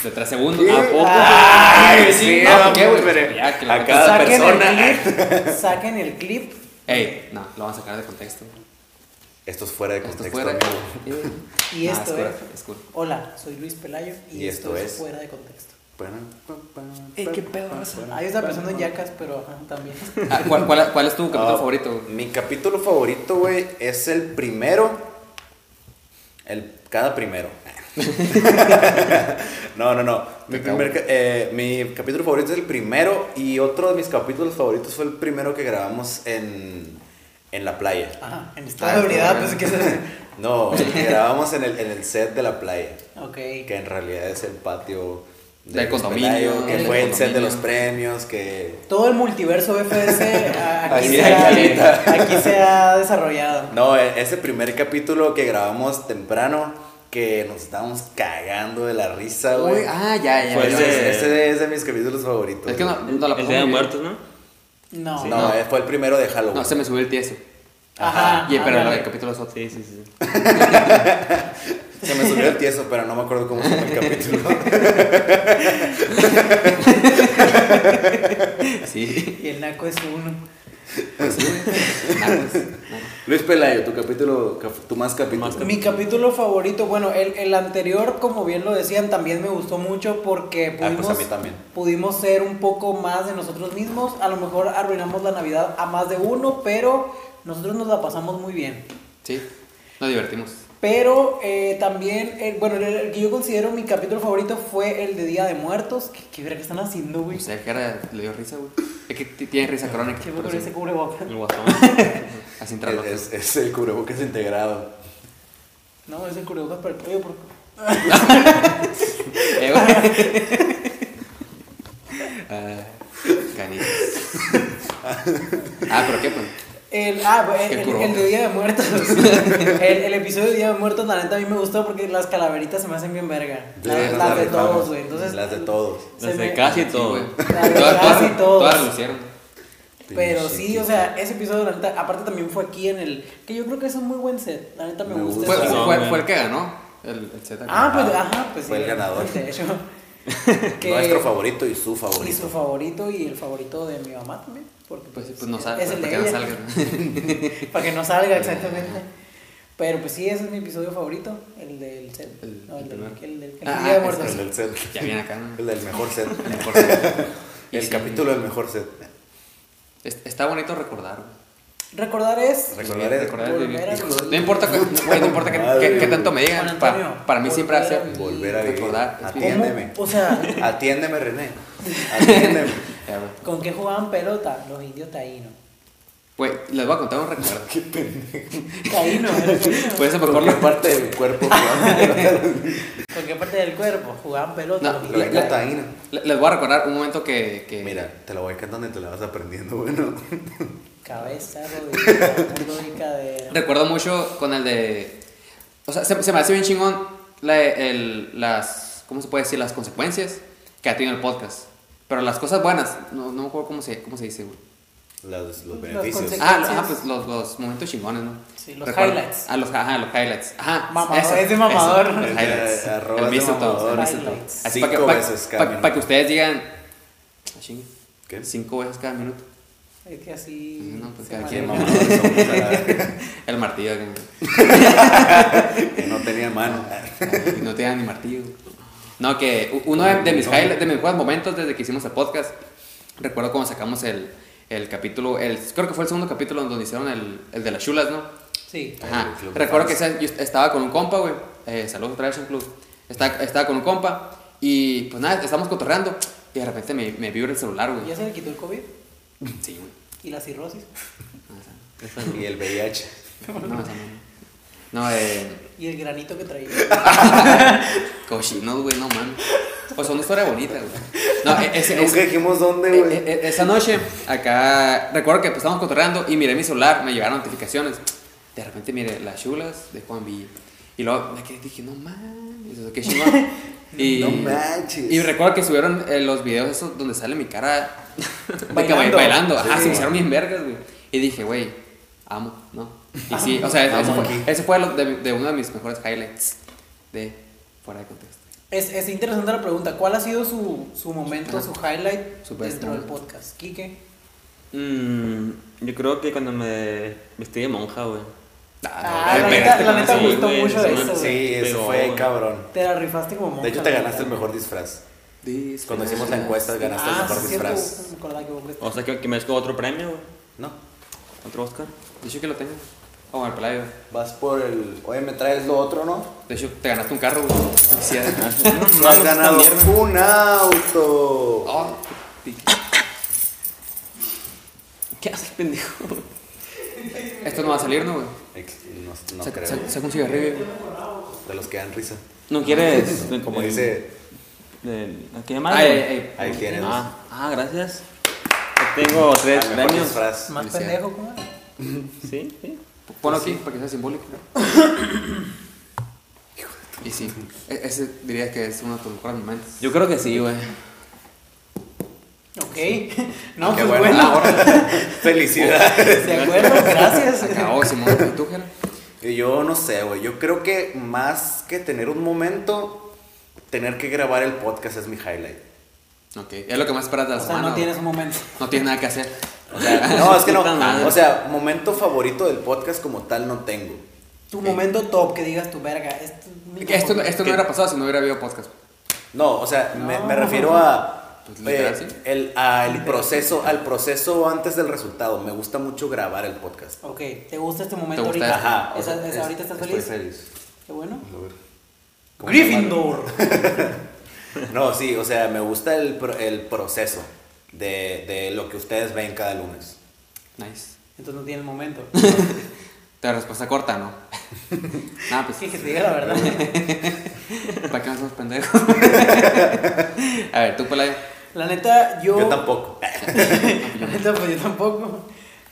Speaker 2: De 3 segundos.
Speaker 3: Sí.
Speaker 2: ¿A poco?
Speaker 3: Ay,
Speaker 2: Sí,
Speaker 3: sí,
Speaker 2: no,
Speaker 3: vamos,
Speaker 2: ¿qué, güey?
Speaker 3: hombre.
Speaker 2: Ya, que la
Speaker 3: A
Speaker 2: neta-
Speaker 3: cada
Speaker 1: saquen
Speaker 3: persona.
Speaker 1: el clip. saquen el clip.
Speaker 2: Ey, no, lo van a sacar de contexto.
Speaker 3: Esto es fuera de
Speaker 2: Esto
Speaker 3: contexto,
Speaker 2: es fuera.
Speaker 3: amigo.
Speaker 1: Y
Speaker 2: Ah,
Speaker 1: esto eh.
Speaker 2: es.
Speaker 1: es.
Speaker 2: cura, Es cool.
Speaker 1: Hola, soy Luis Pelayo y,
Speaker 3: Y
Speaker 1: esto,
Speaker 3: esto
Speaker 1: es
Speaker 3: es-
Speaker 1: fuera de contexto.
Speaker 3: Ey, qué pedo,
Speaker 1: Eh, Ahí está pensando en yacas, pero ajá, también.
Speaker 2: Ah, ¿cuál, cuál, cuál es tu capítulo
Speaker 3: Ah,
Speaker 2: favorito? güey?
Speaker 3: Mi capítulo favorito, güey, es el primero. El, cada primero. no, no, no. Mi,
Speaker 2: Te cago.
Speaker 3: primer ca- eh, mi capítulo favorito es el primero. Y otro de mis capítulos favoritos fue el primero que grabamos en, en la playa.
Speaker 1: Ajá, en
Speaker 2: Ah,
Speaker 1: estado de ebriedad, pues
Speaker 2: está
Speaker 1: que se.
Speaker 3: No, el que grabamos en el, en el set de la playa.
Speaker 1: Ok.
Speaker 3: Que en realidad es el patio
Speaker 2: Del
Speaker 3: Luis
Speaker 2: condominio,
Speaker 3: Pelayo, Que
Speaker 2: del
Speaker 3: fue el set de
Speaker 2: condominio.
Speaker 3: los premios. Que
Speaker 1: Todo el multiverso FS a- aquí,
Speaker 3: Así
Speaker 1: se
Speaker 3: es,
Speaker 1: ha-
Speaker 3: ahorita.
Speaker 1: aquí se ha desarrollado.
Speaker 3: No, e- ese primer capítulo que grabamos temprano, que nos estábamos cagando de la risa,
Speaker 2: Uy,
Speaker 3: güey.
Speaker 2: ah, ya, ya.
Speaker 3: Fue
Speaker 2: ya.
Speaker 4: pues,
Speaker 3: ese,
Speaker 4: eh,
Speaker 3: ese es de mis capítulos favoritos.
Speaker 2: es que no,
Speaker 3: güey.
Speaker 2: no la
Speaker 4: el
Speaker 2: pasamos
Speaker 4: día de
Speaker 2: muy bien.
Speaker 4: muertos, ¿no?
Speaker 1: No.
Speaker 3: No,
Speaker 2: no.
Speaker 3: eh, fue el primero de Halloween.
Speaker 2: No, se me subió el tieso.
Speaker 1: Ajá. Ah,
Speaker 2: Y, pero
Speaker 1: ándale.
Speaker 2: el capítulo es otro.
Speaker 4: Sí, sí, sí.
Speaker 3: Se me subió el tieso, pero no me acuerdo cómo se llama el capítulo.
Speaker 2: Sí.
Speaker 1: Y el naco es uno.
Speaker 2: Pues sí, güey. Nah, pues, nah.
Speaker 3: Luis Pelayo, tu capítulo, cap- tu más capítulo.
Speaker 1: Mi capítulo favorito, bueno, el, el anterior, como bien lo decían, también me gustó mucho porque
Speaker 3: Ah, pues
Speaker 1: pudimos,
Speaker 3: a mí también.
Speaker 1: pudimos ser un poco más de nosotros mismos. A lo mejor arruinamos la Navidad a más de uno, pero nosotros nos la pasamos muy bien.
Speaker 2: Sí, nos divertimos.
Speaker 1: Pero eh, también, eh, bueno, el, el que yo considero mi capítulo favorito fue el de Día de Muertos. ¿Qué, qué verga están haciendo, güey?
Speaker 2: O sea, que ahora le dio risa, güey. Es que t- tiene risa crónica.
Speaker 1: ¿Qué
Speaker 2: pero
Speaker 1: con
Speaker 2: sí.
Speaker 1: ese cubrebocas?
Speaker 4: El guasón.
Speaker 2: Así entra
Speaker 3: Es, es- es el cubrebocas integrado.
Speaker 1: No, es el cubrebocas para el cuello, porque...
Speaker 2: Eh, güey. Ah, canijo. Ah, pero qué, pues.
Speaker 1: El, ah, bu- el,
Speaker 2: Qué
Speaker 1: el-
Speaker 2: curvo.
Speaker 1: el de Día de Muertos. el, el episodio de Día de Muertos, la neta, a mí me gustó porque las calaveritas se me hacen bien verga. Las,
Speaker 3: Sí,
Speaker 1: las
Speaker 3: la
Speaker 1: de
Speaker 3: rifaron.
Speaker 1: todos, güey. Entonces,
Speaker 3: Las de todos.
Speaker 1: se
Speaker 4: Desde
Speaker 1: me-
Speaker 4: casi
Speaker 2: Sí,
Speaker 4: todo,
Speaker 2: güey.
Speaker 4: güey.
Speaker 1: Claro,
Speaker 2: Todas,
Speaker 1: casi
Speaker 2: todas,
Speaker 1: todos.
Speaker 2: todas lo hicieron.
Speaker 1: Pero sí, o sea, ese episodio, la neta, aparte también fue aquí en el. Que yo creo que es un muy buen set. La neta me,
Speaker 3: Me
Speaker 1: gusta.
Speaker 2: Fue,
Speaker 1: ese
Speaker 2: fue-
Speaker 1: set.
Speaker 4: No,
Speaker 2: fue-
Speaker 4: güey.
Speaker 2: fue el que ganó el, el Z.
Speaker 1: Pues Ah, pues, ajá, pues
Speaker 3: Fue
Speaker 1: sí,
Speaker 3: el ganador.
Speaker 1: De hecho.
Speaker 3: Nuestro favorito y su favorito.
Speaker 1: Y su favorito y el favorito de mi mamá también. Porque
Speaker 2: Pues, sí, pues no
Speaker 1: es-
Speaker 2: salga.
Speaker 1: es el
Speaker 2: Para que
Speaker 1: de
Speaker 2: no
Speaker 1: ella.
Speaker 2: salga.
Speaker 1: Para que no salga, exactamente. Pero pues sí, ese es mi episodio favorito, el del set.
Speaker 2: El-
Speaker 1: no, el,
Speaker 2: el
Speaker 1: del
Speaker 2: primero.
Speaker 1: el del- el
Speaker 2: Ah,
Speaker 1: día de
Speaker 2: ah,
Speaker 1: muertos.
Speaker 3: El del set.
Speaker 2: Ya viene acá, ¿no?
Speaker 3: El del mejor set.
Speaker 2: Mejor set. Y
Speaker 3: El
Speaker 2: sí.
Speaker 3: capítulo del mejor set.
Speaker 2: Es- Está bonito recordar, güey.
Speaker 1: Recordar es.
Speaker 3: Recordar es-
Speaker 2: Recordar es vivir.
Speaker 1: Volver a
Speaker 2: Hijo
Speaker 1: vivir.
Speaker 2: de- No importa, que- güey, no importa que,
Speaker 3: Madre,
Speaker 2: que- que
Speaker 3: güey.
Speaker 2: tanto me
Speaker 1: Juan
Speaker 2: digan. pa-
Speaker 1: Antonio,
Speaker 2: para mí siempre hace.
Speaker 1: volver a vivir.
Speaker 3: Volver a vivir.
Speaker 2: Recordar, es
Speaker 1: ¿Cómo?
Speaker 3: Atiéndeme.
Speaker 1: O sea,
Speaker 3: Atiéndeme, René. Atiéndeme.
Speaker 2: Ya, güey.
Speaker 1: ¿con qué jugaban pelota? Los indios taínos.
Speaker 2: Güey, les voy a contar un recuerdo.
Speaker 1: Caíno, eres Caíno.
Speaker 2: Pues a lo
Speaker 3: ¿Por
Speaker 2: mejor
Speaker 3: qué
Speaker 2: lo-
Speaker 3: parte del cuerpo jugando?
Speaker 1: ¿Con qué parte del cuerpo? Jugaban pelota.
Speaker 2: No,
Speaker 3: La
Speaker 2: la- la-
Speaker 3: cocaína.
Speaker 2: le- les voy a recordar un momento que. que-
Speaker 3: Mira, te la voy cantando y te la vas aprendiendo, bueno.
Speaker 1: Cabeza, rodilla, hombro y cadera.
Speaker 2: Recuerdo mucho con el de. O sea, se, se me hace bien chingón la- el- las. ¿Cómo se puede decir? Las consecuencias que ha tenido el podcast. Pero las cosas buenas, no, no me acuerdo cómo se, cómo se dice, güey.
Speaker 3: Los, los
Speaker 1: conse-
Speaker 3: beneficios.
Speaker 2: Ah, lo-
Speaker 1: Entonces-
Speaker 2: ah, pues los, los momentos chingones, ¿no?
Speaker 1: Sí, los
Speaker 2: Recuerdo-
Speaker 1: highlights.
Speaker 2: Ah, los, ajá, los highlights. Ajá.
Speaker 1: Mamador,
Speaker 2: eso,
Speaker 1: es de mamador.
Speaker 2: eso, los
Speaker 3: Es de-
Speaker 2: highlights.
Speaker 3: arroba
Speaker 2: El
Speaker 3: es de
Speaker 2: visto todo.
Speaker 3: mamador.
Speaker 2: el visto todo.
Speaker 1: Highlights.
Speaker 2: Así para que,
Speaker 3: Cinco
Speaker 2: para-
Speaker 3: veces cada
Speaker 2: para-
Speaker 3: minuto.
Speaker 2: para que ustedes digan. ah, chingue,
Speaker 3: ¿Qué?
Speaker 2: Cinco veces cada minuto.
Speaker 1: Es que así.
Speaker 2: No, pues
Speaker 1: se
Speaker 2: cada
Speaker 3: Qué
Speaker 2: quien,
Speaker 1: maneja.
Speaker 3: mamadores somos, a la verga.
Speaker 2: El martillo. que-
Speaker 3: Que no tenía mano.
Speaker 2: que No te dan ni martillo. No, que u- uno de, de mis highlights, de mis mejores momentos desde que hicimos el podcast, recuerdo cuando sacamos el, el capítulo, el, creo que fue el segundo capítulo donde hicieron el, el de las chulas, ¿no?
Speaker 1: Sí.
Speaker 2: Ajá.
Speaker 3: El club de
Speaker 2: Recuerdo que
Speaker 3: fans.
Speaker 2: esa- yo estaba con un compa, güey. Eh, saludos otra vez al club. Estaba, estaba con un compa y pues nada, estábamos cotorreando y de repente me, me vibra el celular,
Speaker 1: ¿Ya
Speaker 2: güey.
Speaker 1: se le quitó el COVID?
Speaker 2: Sí, güey.
Speaker 1: ¿Y la cirrosis?
Speaker 3: Y el VIH.
Speaker 2: No, esa no. No, eh.
Speaker 1: ¿Y el granito que traía?
Speaker 2: Cochinos, güey, no man. Pues son una historia bonita, güey. No, eh, ese-
Speaker 3: Nunca
Speaker 2: ese-
Speaker 3: dijimos dónde,
Speaker 2: Eh,
Speaker 3: güey.
Speaker 2: eh, eh, esa noche, acá, recuerdo que pues, estábamos cotorreando y miré mi celular, me llegaron notificaciones. De repente, mire, las chulas de Juan Villa. Y luego me quedé, dije, no mames, eso, qué chingón. Y,
Speaker 3: No manches.
Speaker 2: Y recuerdo que subieron eh, los videos esos donde sale mi cara de que
Speaker 1: Bailando.
Speaker 2: bailando. bailando. Ajá,
Speaker 3: Sí.
Speaker 2: se me hicieron bien vergas, güey. Y dije, güey, amo, ¿no? Y sí, o sea, eso fue,
Speaker 3: Amo aquí.
Speaker 2: ese fue lo de, de uno de mis mejores highlights de fuera de contexto.
Speaker 1: Es, es interesante la pregunta. ¿Cuál ha sido su, su momento,
Speaker 2: Ajá.
Speaker 1: su highlight
Speaker 2: Su best
Speaker 1: dentro del
Speaker 2: moment.
Speaker 1: podcast? Quique.
Speaker 4: Mm, yo creo que cuando me vestí de monja, güey.
Speaker 1: Ah,
Speaker 2: no,
Speaker 1: la
Speaker 2: me
Speaker 1: neta,
Speaker 2: pegaste
Speaker 1: la
Speaker 2: con
Speaker 1: neta
Speaker 2: eso,
Speaker 1: me gustó
Speaker 4: güey,
Speaker 1: mucho
Speaker 4: sí,
Speaker 1: eso. güey.
Speaker 3: Sí, eso
Speaker 4: Pegó,
Speaker 3: fue
Speaker 4: güey.
Speaker 3: cabrón.
Speaker 1: Te la rifaste como monja.
Speaker 3: De hecho, te
Speaker 1: la
Speaker 3: ganaste el
Speaker 1: neta.
Speaker 3: mejor disfraz.
Speaker 2: Disfraz.
Speaker 3: Cuando hicimos la encuesta, ganaste el
Speaker 1: Ah,
Speaker 3: mejor
Speaker 1: sí, cierto,
Speaker 3: disfraz.
Speaker 1: me acordaba que vos prestaste.
Speaker 4: O sea, que, que merezco otro premio, güey.
Speaker 3: No.
Speaker 4: Otro Oscar.
Speaker 2: De hecho que lo tengo. Como el Pelayo.
Speaker 3: Vas por el. Oye, me traes lo otro, ¿no?
Speaker 2: De hecho, te ganaste un carro, güey. Sí, además.
Speaker 3: No has ganado un auto.
Speaker 2: Oh, sí.
Speaker 4: ¿Qué haces, pendejo?
Speaker 2: Esto no va a salir, ¿no, güey?
Speaker 3: Ex- No, no
Speaker 2: Sa-
Speaker 3: creo.
Speaker 2: sa- Saca un cigarrillo. güey.
Speaker 3: De los que dan risa.
Speaker 4: ¿No quieres?
Speaker 3: Como
Speaker 4: el-
Speaker 3: dice.
Speaker 4: el- ¿A qué
Speaker 2: Ay,
Speaker 4: madre?
Speaker 2: ay, ay.
Speaker 3: Ahí tienes.
Speaker 4: Ah, ah, gracias. Ah, Yo tengo tres
Speaker 3: al mejor
Speaker 4: premios.
Speaker 3: disfraz.
Speaker 1: Más
Speaker 2: Felicidad.
Speaker 1: pendejo, ¿cómo era?
Speaker 4: Sí, sí.
Speaker 2: Ponlo aquí para que sea simbólico. Y sí, e- ese diría que es uno de tus mejores momentos.
Speaker 4: Yo creo que sí, güey.
Speaker 1: Ok. No,
Speaker 3: Qué
Speaker 1: pues
Speaker 3: bueno.
Speaker 1: bueno.
Speaker 3: Felicidades.
Speaker 1: De acuerdo, gracias.
Speaker 2: Acabó Simón y tú, Jera.
Speaker 3: Y Yo no sé, güey. Yo creo que más que tener un momento, tener que grabar el podcast es mi highlight.
Speaker 2: Ok, es lo que más esperas de
Speaker 1: O
Speaker 2: la
Speaker 1: sea,
Speaker 2: semana.
Speaker 1: no tienes
Speaker 2: güey.
Speaker 1: un momento.
Speaker 2: No tienes nada que hacer.
Speaker 3: O sea, no, es que no.
Speaker 4: Puta madre.
Speaker 3: O sea, momento favorito del podcast como tal no tengo.
Speaker 1: Tu momento top que digas tu verga. Esto, es mi
Speaker 2: Que Esto,
Speaker 1: momento.
Speaker 2: esto no hubiera pasado si no hubiera habido podcast.
Speaker 3: No, o sea, me, me
Speaker 1: No.
Speaker 3: refiero a eh,
Speaker 2: Pues, literal, sí.
Speaker 3: el al proceso, al proceso antes del resultado. Me gusta mucho grabar el podcast.
Speaker 1: Ok, ¿te gusta este momento
Speaker 2: ¿Te gusta?
Speaker 1: ahorita?
Speaker 3: Ajá. o
Speaker 1: Esa-
Speaker 3: sea,
Speaker 1: esa-
Speaker 3: es-
Speaker 1: ¿Ahorita estás
Speaker 3: estoy
Speaker 1: feliz? Qué bueno.
Speaker 3: ¿Cómo se llama?
Speaker 1: Gryffindor.
Speaker 3: No, sí, o sea, me gusta el, pro- el proceso de, de lo que ustedes ven cada lunes.
Speaker 2: Nice.
Speaker 1: Entonces no tienes momento.
Speaker 2: Te respuesta corta, ¿no? Nada, pues.
Speaker 1: Sí, que te diga la verdad.
Speaker 2: ¿Para qué nos somos pendejos? a ver, tú, Pelayo.
Speaker 1: La neta, yo.
Speaker 3: Yo tampoco.
Speaker 1: La neta, pues yo tampoco.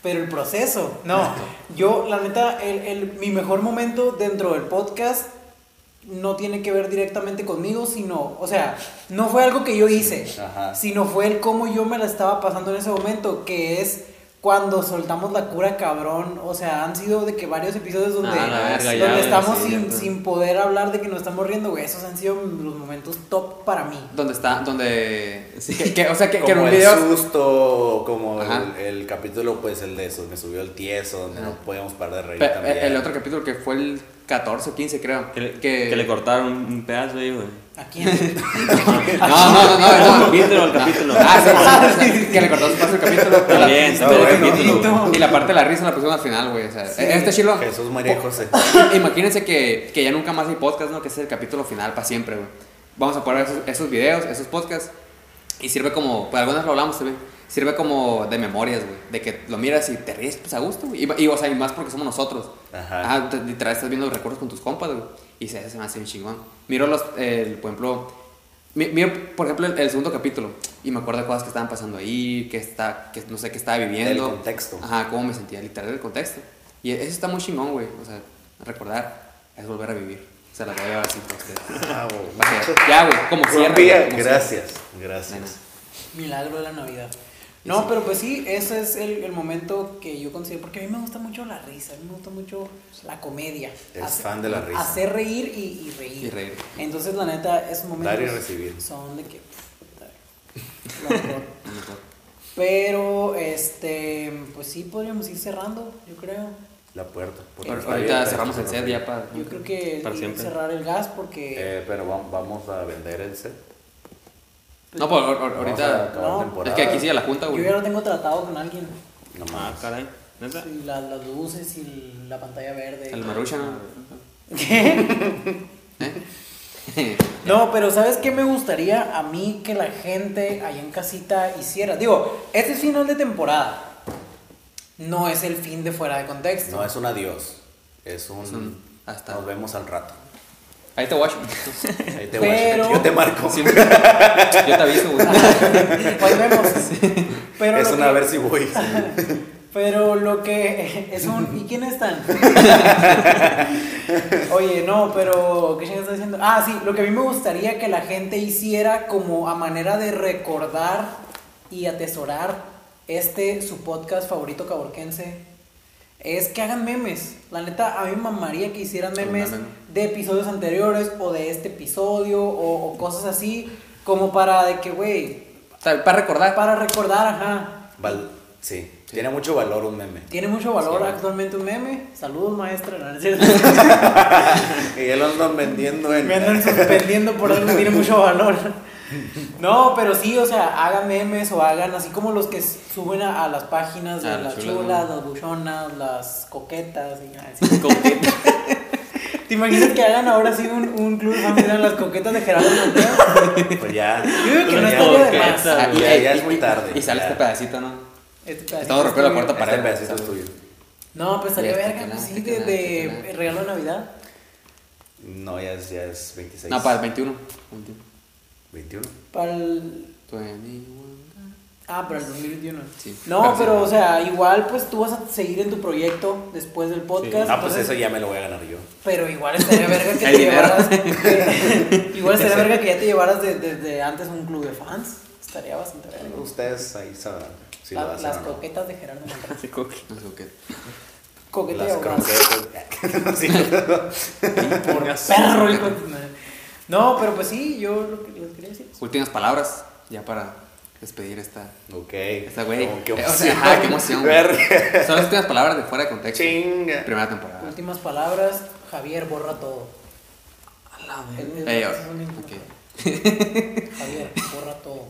Speaker 1: Pero el proceso, no. Yo, la neta, el, el- mi mejor momento dentro del podcast no tiene que ver directamente conmigo, sino, o sea, no fue algo que yo hice,
Speaker 3: Ajá.
Speaker 1: sino fue el cómo yo me la estaba pasando en ese momento, que es cuando soltamos la cura cabrón. O sea, han sido de que varios episodios donde,
Speaker 4: Ah, la verga, ya,
Speaker 1: donde
Speaker 4: güey,
Speaker 1: estamos
Speaker 4: sí,
Speaker 1: sin,
Speaker 4: ya.
Speaker 1: sin poder hablar de que nos estamos riendo, güey. Esos han sido los momentos top para mí.
Speaker 2: Donde está, donde. que- que- o sea, que, que en
Speaker 3: Como
Speaker 2: un
Speaker 3: el
Speaker 2: video.
Speaker 3: susto, como el,
Speaker 2: Ajá.
Speaker 3: el capítulo, pues el de eso, me subió el tieso, donde no podíamos parar de reír
Speaker 2: pe-
Speaker 3: también.
Speaker 2: El otro capítulo que fue el 14 o 15, creo.
Speaker 4: Que le,
Speaker 2: que-
Speaker 4: que le cortaron un pedazo ahí, güey.
Speaker 1: ¿A quién?
Speaker 2: No, no, no, no. no.
Speaker 4: Capítulo al capítulo.
Speaker 2: Ah, sí, sí, sí, sí, Que le cortó su paso el capítulo. pero la-
Speaker 4: También,
Speaker 2: pero
Speaker 3: también,
Speaker 2: el
Speaker 1: capítulo.
Speaker 2: capítulo. Y la parte de la risa la pusieron al final, güey. O sea,
Speaker 1: Sí.
Speaker 2: este chilo.
Speaker 3: Jesús María José.
Speaker 2: Imagínense que, que ya nunca más hay podcast, ¿no? Que ese es el capítulo final para siempre, güey. Vamos a poner esos, esos videos, esos podcasts. Y sirve como, pues algunas lo hablamos también, sirve como de memorias, güey. De que lo miras y te ríes, pues a gusto, güey. Y, y, o sea, y más porque somos nosotros.
Speaker 3: Ajá.
Speaker 2: Ah, te- literal estás viendo los recuerdos con tus compas, güey. Y se, se me hace un chingón. Miro los, el, por ejemplo, mi- miro, por ejemplo, el, el segundo capítulo. Y me acuerdo de cosas que estaban pasando ahí, que está, que no sé qué estaba viviendo.
Speaker 3: El contexto.
Speaker 2: Ajá, cómo me sentía, literal, el contexto. Y eso está muy chingón, güey. O sea, recordar es volver a vivir. Se la voy a llevar así para ustedes. Para que- ya, güey, como
Speaker 3: Buen
Speaker 2: cierre.
Speaker 3: día.
Speaker 2: güey, como
Speaker 3: Gracias,
Speaker 2: cierre. Nena.
Speaker 3: gracias.
Speaker 1: Milagro de la Navidad. No, pero pues sí, ese es el, el momento que yo considero, porque a mí me gusta mucho la risa, a mí me gusta mucho la comedia.
Speaker 3: Eres fan de la risa.
Speaker 1: Hacer reír y, y reír.
Speaker 2: Y reír.
Speaker 1: Entonces, la neta, esos momentos
Speaker 3: Dar y recibir.
Speaker 1: son de que... pff, lo mejor.
Speaker 2: A lo mejor.
Speaker 1: pero, este, pues sí, podríamos ir cerrando, yo creo.
Speaker 3: La puerta. por
Speaker 2: Ahor-
Speaker 3: favor.
Speaker 2: Ahorita cerramos el set ya para.
Speaker 1: Yo creo que
Speaker 4: Para
Speaker 1: ir-
Speaker 4: siempre.
Speaker 1: cerrar el gas porque...
Speaker 3: Eh, pero vam- vamos a vender el set.
Speaker 2: No, pues ahor- ahor-
Speaker 3: Vamos a
Speaker 2: ahorita.
Speaker 3: acabar
Speaker 1: no.
Speaker 2: Es
Speaker 3: temporada.
Speaker 2: que aquí sí a la junta,
Speaker 1: yo
Speaker 2: güey.
Speaker 1: ya lo tengo tratado con alguien.
Speaker 3: No
Speaker 4: Ah,
Speaker 3: más.
Speaker 4: caray. ¿Neta?
Speaker 1: Sí, la- las luces y la pantalla verde.
Speaker 2: El Marucha. ¿no? ¿Eh?
Speaker 1: No, pero ¿sabes qué me gustaría a mí que la gente allá en casita hiciera? Digo, este es final de temporada. No es el fin de fuera de contexto.
Speaker 3: No es un adiós. Es un.
Speaker 2: Es un hasta.
Speaker 3: Nos vemos al rato.
Speaker 2: Ahí te watch.
Speaker 3: Ahí te
Speaker 1: Pero-
Speaker 3: voy. Yo te marco.
Speaker 2: Sí, Yo te aviso, güey.
Speaker 1: Ahí vemos. Pero
Speaker 3: es
Speaker 1: lo
Speaker 3: una
Speaker 1: que-
Speaker 3: a ver si voy.
Speaker 1: Pero lo que es un... ¿Y quiénes están? Oye, no, pero ¿qué chingados estás diciendo? Ah, sí, lo que a mí me gustaría que la gente hiciera como a manera de recordar y atesorar este, su podcast favorito caborquense, es que hagan memes. La neta, a mí me mamaría que hicieran
Speaker 2: Un
Speaker 1: memes
Speaker 2: meme.
Speaker 1: de episodios anteriores o de este episodio o, o cosas así, como para de que, güey,
Speaker 2: O sea, Para recordar.
Speaker 1: para recordar, ajá.
Speaker 3: Val- sí, tiene mucho valor un meme.
Speaker 1: Tiene mucho valor
Speaker 2: Sí.
Speaker 1: actualmente un meme. Saludos, maestra. No, no es cierto.
Speaker 3: Y ya lo andan vendiendo en.
Speaker 1: Me andan suspendiendo por algo que tiene mucho valor. No, pero sí, o sea, hagan memes o hagan así como los que suben a, a las páginas de
Speaker 2: Ah,
Speaker 1: las
Speaker 2: las chulas,
Speaker 1: chulas,
Speaker 2: ¿no?
Speaker 1: las buchonas, las coquetas. y así.
Speaker 2: Coqueta.
Speaker 1: ¿Te imaginas que hagan ahora sí un, un club de fans en las coquetas de Gerardo Montero?
Speaker 3: Pues ya.
Speaker 1: Yo digo que no
Speaker 3: Ya,
Speaker 1: estaría de
Speaker 3: ya,
Speaker 1: más.
Speaker 3: Ya,
Speaker 2: Y-
Speaker 3: ya
Speaker 2: y-
Speaker 3: es muy tarde.
Speaker 2: Y sale
Speaker 3: ya.
Speaker 2: este pedacito, ¿no?
Speaker 1: Este pedacito
Speaker 2: Estamos rompiendo la
Speaker 1: estuvo-
Speaker 2: cuarta pared.
Speaker 3: Este pedacito es tuyo.
Speaker 1: No, pues estaría
Speaker 2: Ya,
Speaker 1: verga,
Speaker 2: que
Speaker 1: pues
Speaker 2: la-
Speaker 1: sí,
Speaker 2: que
Speaker 1: de,
Speaker 2: la-
Speaker 1: de
Speaker 2: que la-
Speaker 1: regalo de Navidad.
Speaker 3: No, ya es, ya es 26.
Speaker 2: No, para el 21. 21.
Speaker 3: 21.
Speaker 1: Para el
Speaker 2: 21.
Speaker 1: Ah, pero el 2021.
Speaker 2: Sí.
Speaker 1: No,
Speaker 2: Pero sí.
Speaker 1: pero o sea, igual pues tú vas a seguir en tu proyecto después del podcast.
Speaker 3: No, pues
Speaker 1: entonces-
Speaker 3: eso ya me lo voy a ganar yo.
Speaker 1: Pero igual estaría verga que
Speaker 2: El
Speaker 1: te
Speaker 2: dinero.
Speaker 1: llevaras. que- igual estaría verga que ya te llevaras de- desde antes un club de fans. Estaría bastante verga.
Speaker 3: Ustedes ahí sabrán si
Speaker 1: La-
Speaker 3: lo hacen
Speaker 1: las
Speaker 3: o no.
Speaker 1: coquetas de Gerardo Monreal.
Speaker 4: Sí, coque.
Speaker 2: No sé qué.
Speaker 1: Coqueta y
Speaker 3: Las
Speaker 1: abogado.
Speaker 3: croquetas. Sí.
Speaker 1: Perro, hijo de- No, pero pues sí, yo lo que les quería decir. es-
Speaker 2: Últimas palabras. Ya para despedir esta.
Speaker 3: Ok.
Speaker 2: Esta güey.
Speaker 3: No, Oh, qué
Speaker 2: Eh, o sea,
Speaker 3: emoción.
Speaker 2: ajá, qué emoción. güey.
Speaker 3: Verga.
Speaker 2: Son las últimas palabras de fuera de contexto.
Speaker 3: Chinga.
Speaker 2: Primera temporada.
Speaker 1: Últimas palabras, Javier borra todo. Es- es-
Speaker 2: Ey,
Speaker 1: es
Speaker 2: ahora,
Speaker 1: lo mismo.
Speaker 2: ok.
Speaker 1: Javier, borra todo.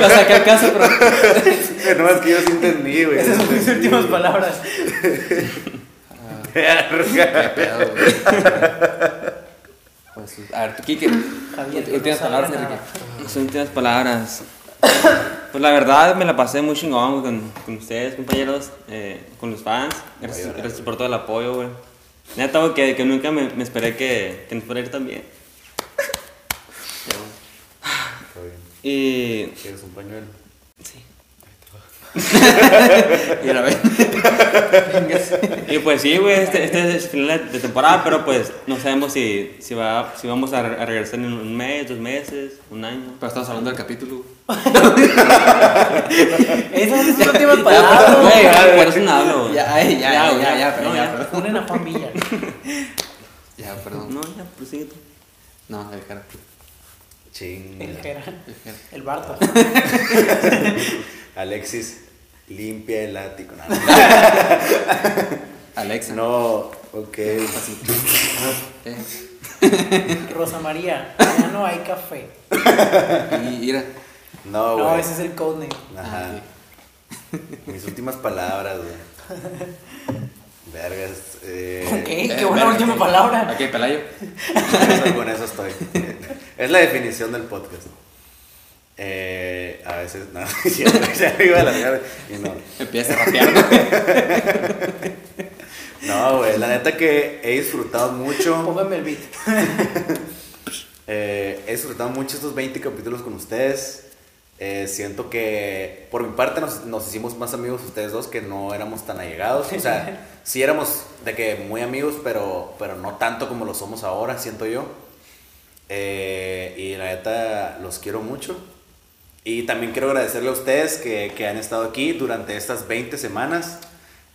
Speaker 2: Lo saqué al caso, pero.
Speaker 3: No, es que yo sí entendí, güey.
Speaker 1: Esas son mis últimas palabras.
Speaker 2: Qué pedo, güey. Pues, sí. a ver, tú, Kike.
Speaker 1: Javier, que
Speaker 2: ulti-
Speaker 1: no
Speaker 2: Últimas
Speaker 1: sabe
Speaker 2: palabras,
Speaker 1: nada.
Speaker 2: Enrique.
Speaker 4: Sus últimas palabras. Pues la verdad me la pasé muy chingón güey, con, con ustedes, compañeros, eh, con los fans. Gracias, gracias por todo el apoyo, güey. Neta, güey, que, que nunca me, me esperé que, que nos fuera a ir tan bien.
Speaker 3: Está bien.
Speaker 4: Y.
Speaker 3: ¿Quieres un pañuelo?
Speaker 4: Sí.
Speaker 2: Y a la vez.
Speaker 4: Y pues sí, güey, este, este es el final de- de temporada, pero pues no sabemos si, si, va, si vamos a, re- a regresar en un mes, dos meses, un año.
Speaker 2: Pero estamos hablando del capítulo.
Speaker 1: Esas son sus últimas
Speaker 2: Ya,
Speaker 1: palabras.
Speaker 2: pues,
Speaker 4: Güey,
Speaker 2: güey,
Speaker 4: ah, por eso no hablo, güey.
Speaker 2: Ya, ay, ya, ya,
Speaker 4: güey,
Speaker 2: ya, ya,
Speaker 4: no,
Speaker 2: perdón, ya, perdón.
Speaker 1: Ponen a Juan Villa.
Speaker 2: Ya, perdón.
Speaker 4: No, ya, pues prosigue tú.
Speaker 2: No, el cara.
Speaker 1: El
Speaker 3: Chinga.
Speaker 1: Jera. El Barto.
Speaker 3: Alexis, limpia el ático. No,
Speaker 2: Alexa.
Speaker 3: no, ok.
Speaker 2: Eh,
Speaker 1: Rosa María. Ya no hay café.
Speaker 2: Y mira.
Speaker 3: No,
Speaker 2: Oh,
Speaker 3: güey.
Speaker 1: No, ese es el codename.
Speaker 3: Ajá.
Speaker 2: Ah,
Speaker 3: Mis últimas palabras, güey. Vergas. Eh,
Speaker 1: Ok, qué
Speaker 2: Eh,
Speaker 1: buena
Speaker 2: verga,
Speaker 1: última
Speaker 2: sí.
Speaker 1: palabra.
Speaker 2: Ok, Pelayo.
Speaker 3: Con eso, con eso estoy. Es la definición del podcast. Eh, a veces, no, ya, ya iba a la mierda. Y no.
Speaker 2: Empieza a rapear.
Speaker 3: No, güey, la neta que he disfrutado mucho.
Speaker 1: Póngame el beat.
Speaker 3: eh, he disfrutado mucho estos 20 capítulos con ustedes. Eh, siento que por mi parte nos, nos hicimos más amigos ustedes dos que no éramos tan allegados. O sea, sí éramos de que muy amigos, pero, pero no tanto como lo somos ahora, siento yo. Eh, y la neta los quiero mucho. Y también quiero agradecerle a ustedes que, que han estado aquí durante estas 20 semanas,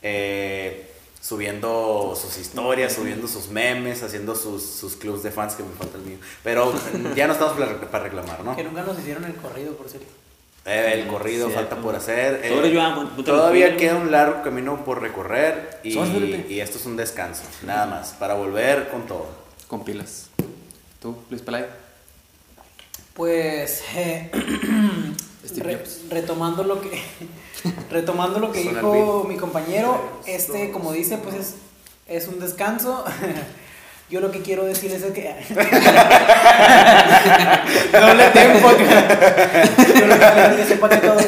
Speaker 3: eh, subiendo sus historias, subiendo sus memes, haciendo sus, sus clubs de fans, que me falta el mío. Pero ya no estamos para para reclamar, ¿no?
Speaker 1: Que nunca nos hicieron el corrido, por cierto.
Speaker 3: Eh, el corrido
Speaker 4: Cierto.
Speaker 3: falta por hacer. eh,
Speaker 4: Sobre Joan, ponte
Speaker 3: todavía
Speaker 4: los
Speaker 3: queda un largo camino por recorrer y,
Speaker 4: Sobre, espérate.
Speaker 3: y esto es un descanso, nada más, para volver con todo.
Speaker 2: Con pilas. ¿Tú, Luis Pelay?
Speaker 1: Pues eh,
Speaker 2: Steve
Speaker 1: re-
Speaker 2: Jobs.
Speaker 1: retomando lo que retomando lo que
Speaker 3: Son
Speaker 1: dijo
Speaker 3: al
Speaker 1: mi compañero, este como dice pues es, es un descanso. Yo lo que quiero decir es que doble tiempo. Yo lo que quiero que sepa que todo-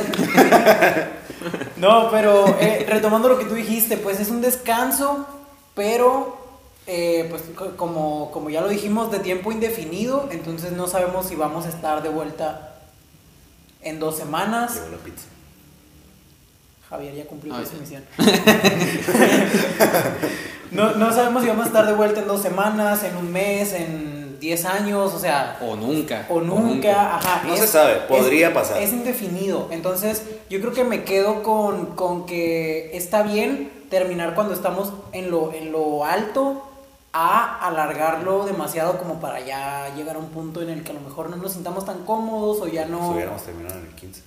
Speaker 1: No, pero eh, retomando lo que tú dijiste, pues es un descanso, pero eh, pues co- como, como ya lo dijimos, de tiempo indefinido, entonces no sabemos si vamos a estar de vuelta en dos semanas.
Speaker 3: Llegó la pizza.
Speaker 1: Javier ya cumplió
Speaker 2: Ah,
Speaker 1: con
Speaker 2: ya.
Speaker 1: su misión. no, no sabemos si vamos a estar de vuelta en dos semanas, en un mes, en diez años, o sea,
Speaker 2: O nunca.
Speaker 1: o nunca, ajá.
Speaker 3: No se sabe, podría pasar.
Speaker 1: Es indefinido. Entonces, yo creo que me quedo con, con que está bien terminar cuando estamos en lo, en lo alto a alargarlo demasiado como para ya llegar a un punto en el que a lo mejor no nos sintamos tan cómodos o ya
Speaker 3: Si
Speaker 1: no...
Speaker 3: hubiéramos terminado en el 15.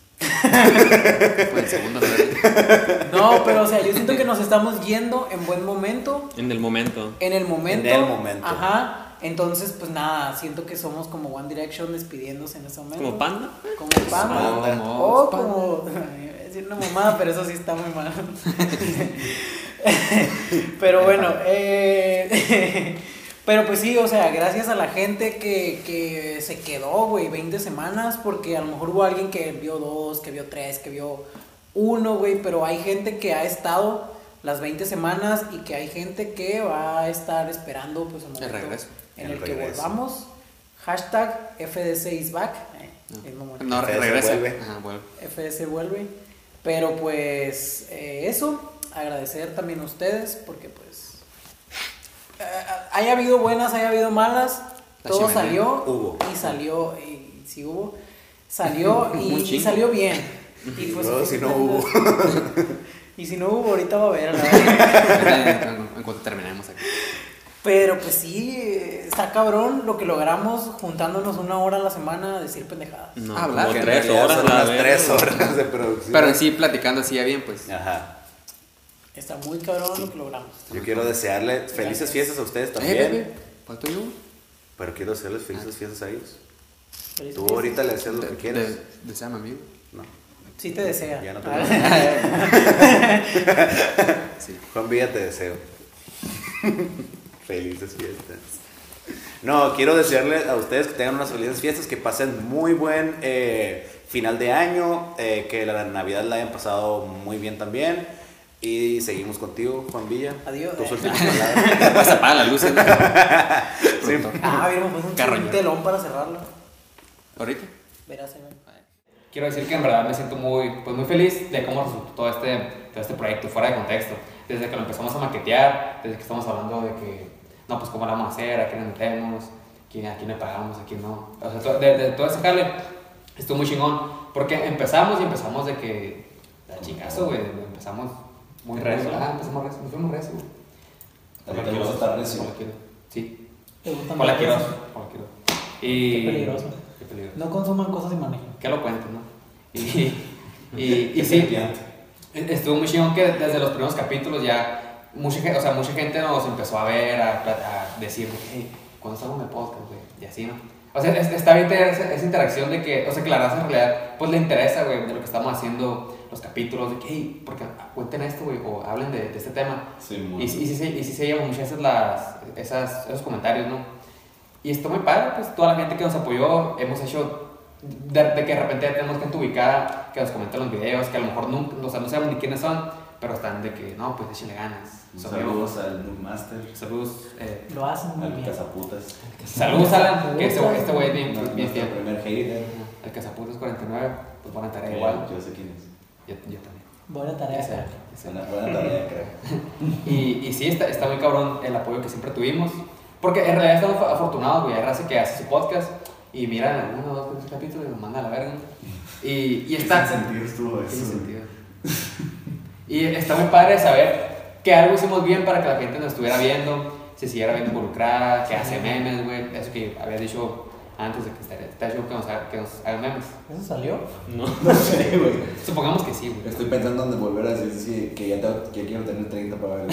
Speaker 2: Pues en segundo lugar.
Speaker 1: No, pero o sea, yo siento que nos estamos yendo en buen momento,
Speaker 4: En el momento.
Speaker 1: en el momento.
Speaker 3: En el momento.
Speaker 1: Ajá. Entonces, pues nada, siento que somos como One Direction despidiéndose en ese momento.
Speaker 4: Como panda.
Speaker 1: Como panda.
Speaker 3: Panda.
Speaker 1: Oh, como. iba a decir una mamada, pero eso sí está muy mal. pero bueno, eh, pero pues sí, o sea, gracias a la gente que, que se quedó, güey, 20 semanas, porque a lo mejor hubo alguien que vio dos, que vio tres, que vio uno, güey, pero hay gente que ha estado las 20 semanas y que hay gente que va a estar esperando, pues, el, momento
Speaker 2: regreso.
Speaker 1: en el,
Speaker 3: El
Speaker 1: que
Speaker 3: regreso.
Speaker 1: volvamos. Hashtag FD6back. eh, mismo momento.
Speaker 2: No,
Speaker 3: Ustedes
Speaker 2: regresa.
Speaker 3: vuelve.
Speaker 2: Ajá, vuelve.
Speaker 1: FS vuelve. Pero pues eh, eso, agradecer también a ustedes porque pues eh, haya habido buenas, haya habido malas,
Speaker 2: La
Speaker 1: todo
Speaker 2: chimenea.
Speaker 1: salió
Speaker 3: Hubo.
Speaker 1: y salió y si hubo, salió y,
Speaker 2: Un
Speaker 1: y
Speaker 2: chingo.
Speaker 1: salió bien. Y pues,
Speaker 3: Luego, si no hubo.
Speaker 1: Y si no hubo, ahorita va a haber. a la verga.
Speaker 2: Ahorita, En en cuanto terminemos aquí.
Speaker 1: Pero pues sí, eh, está cabrón lo que logramos juntándonos una hora a la semana a decir pendejadas.
Speaker 4: No,
Speaker 2: Ah, ¿verdad?
Speaker 4: como
Speaker 3: Que en
Speaker 4: tres
Speaker 3: realidad
Speaker 4: horas
Speaker 3: son
Speaker 4: la
Speaker 3: unas
Speaker 4: verga.
Speaker 3: tres horas de producción.
Speaker 2: Pero en sí, platicando así ya bien, pues.
Speaker 3: Ajá.
Speaker 1: Está muy cabrón lo que logramos.
Speaker 3: Yo quiero desearle felices fiestas a ustedes
Speaker 2: Eh,
Speaker 3: también.
Speaker 2: Pepe, ¿cuál tuyo?
Speaker 3: Pero quiero desearles felices fiestas a ellos.
Speaker 1: Feliz
Speaker 3: Tú
Speaker 1: fiesta.
Speaker 3: ahorita le deseas lo que
Speaker 2: De-
Speaker 3: quieres.
Speaker 2: de- Deseame, amigo.
Speaker 3: No.
Speaker 1: Sí te desea.
Speaker 3: Ya no te
Speaker 1: Ah.
Speaker 2: Sí.
Speaker 3: Juan Villa, te deseo. felices fiestas. No, quiero desearles a ustedes que tengan unas felices fiestas, que pasen muy buen eh, final de año, eh, que la Navidad la hayan pasado muy bien también. Y seguimos contigo, Juan Villa.
Speaker 1: Adiós.
Speaker 3: Tus últimas palabras.
Speaker 2: Vas a apagar las luces. ¿no? Pronto.
Speaker 1: Ah, bien, pues un
Speaker 2: Carroñero.
Speaker 1: telón para cerrarlo.
Speaker 2: Ahorita.
Speaker 1: Verás, eh, ahí va.
Speaker 5: Quiero decir que en verdad me siento muy, pues muy feliz de cómo resultó todo este, todo este proyecto fuera de contexto. Desde que lo empezamos a maquetear, desde que estamos hablando de que, no, pues cómo lo vamos a hacer, a quién le metemos, quién- a quién le pagamos, a quién no. O sea, to- de, de todo ese jale estuvo muy chingón. Porque empezamos y empezamos de que, la chingazo, güey, empezamos muy rezo. Ah, empezamos rezo, nos fuimos rezo.
Speaker 6: Ahorita vamos a estar recio.
Speaker 5: Con la Quiroz. Sí,
Speaker 1: ¿Te gustan
Speaker 5: con la
Speaker 1: las
Speaker 5: Quiroz,
Speaker 1: cosas?
Speaker 5: con la Quiroz. Y...
Speaker 1: Qué peligroso.
Speaker 5: Qué peligroso
Speaker 1: No consuman cosas y manejen.
Speaker 5: que lo cuento, ¿no? Y, y, y sí, E-, estuvo muy chingón que desde los primeros capítulos ya mucha gente, o sea, mucha gente nos empezó a ver, a, pla- a decir, hey, ¿cuándo salgo en el podcast? güey?" Y así, ¿no? O sea, es- está bien tener esa, esa interacción de que, o sea, que la raza en realidad, pues le interesa, güey, de lo que estamos haciendo, los capítulos, de que, hey, porque cuenten esto, güey, o hablen de, de este tema.
Speaker 6: Sí, muy
Speaker 5: Y, sí- y, sí, se- y sí se llevan muchas veces las, esas, esos comentarios, ¿no? Y-
Speaker 2: Y está muy padre, pues toda la gente que nos apoyó, hemos hecho de, de que de repente ya tenemos gente ubicada, que nos comenta los videos, que a lo mejor nunca, o sea, no sabemos ni quiénes son, pero están de que, no, pues échenle ganas.
Speaker 3: Un
Speaker 2: Son
Speaker 3: Saludos al Noob Master,
Speaker 2: amigos. Saludos. eh,
Speaker 1: Lo hacen muy
Speaker 3: al
Speaker 1: bien.
Speaker 3: Cazaputas,
Speaker 2: saludos, Alan, que este güey este güey es bien,
Speaker 3: nuestro
Speaker 2: bien fiel.
Speaker 3: primer hater.
Speaker 2: El Cazapuntos 49, pues buena tarea
Speaker 3: que
Speaker 2: igual.
Speaker 3: Yo sé quién es.
Speaker 2: Yo, yo también.
Speaker 1: Buena
Speaker 2: Ese,
Speaker 1: tarea.
Speaker 2: ese.
Speaker 3: Buena, buena tarea, creo.
Speaker 2: Y, y sí, está, está muy cabrón el apoyo que siempre tuvimos. Porque en realidad estamos af- afortunados, güey. Hay raza que hace su podcast y miran uno, dos, tres capítulos y nos manda a la verga. Y, y está.
Speaker 3: ¿Qué sentido estuvo
Speaker 2: Tiene
Speaker 3: eso?
Speaker 2: sentido. Y está muy padre saber que algo hicimos bien para que la gente nos estuviera viendo, se siguiera viendo involucrada, que hace memes, güey. Eso que había dicho antes de que estaría está show que nos, haga- que nos hagan memes.
Speaker 1: ¿Eso salió?
Speaker 3: No sé, güey.
Speaker 2: Supongamos que sí, güey.
Speaker 3: Estoy pensando en volver a decir sí, que ya tengo- que quiero tener 30 para ver.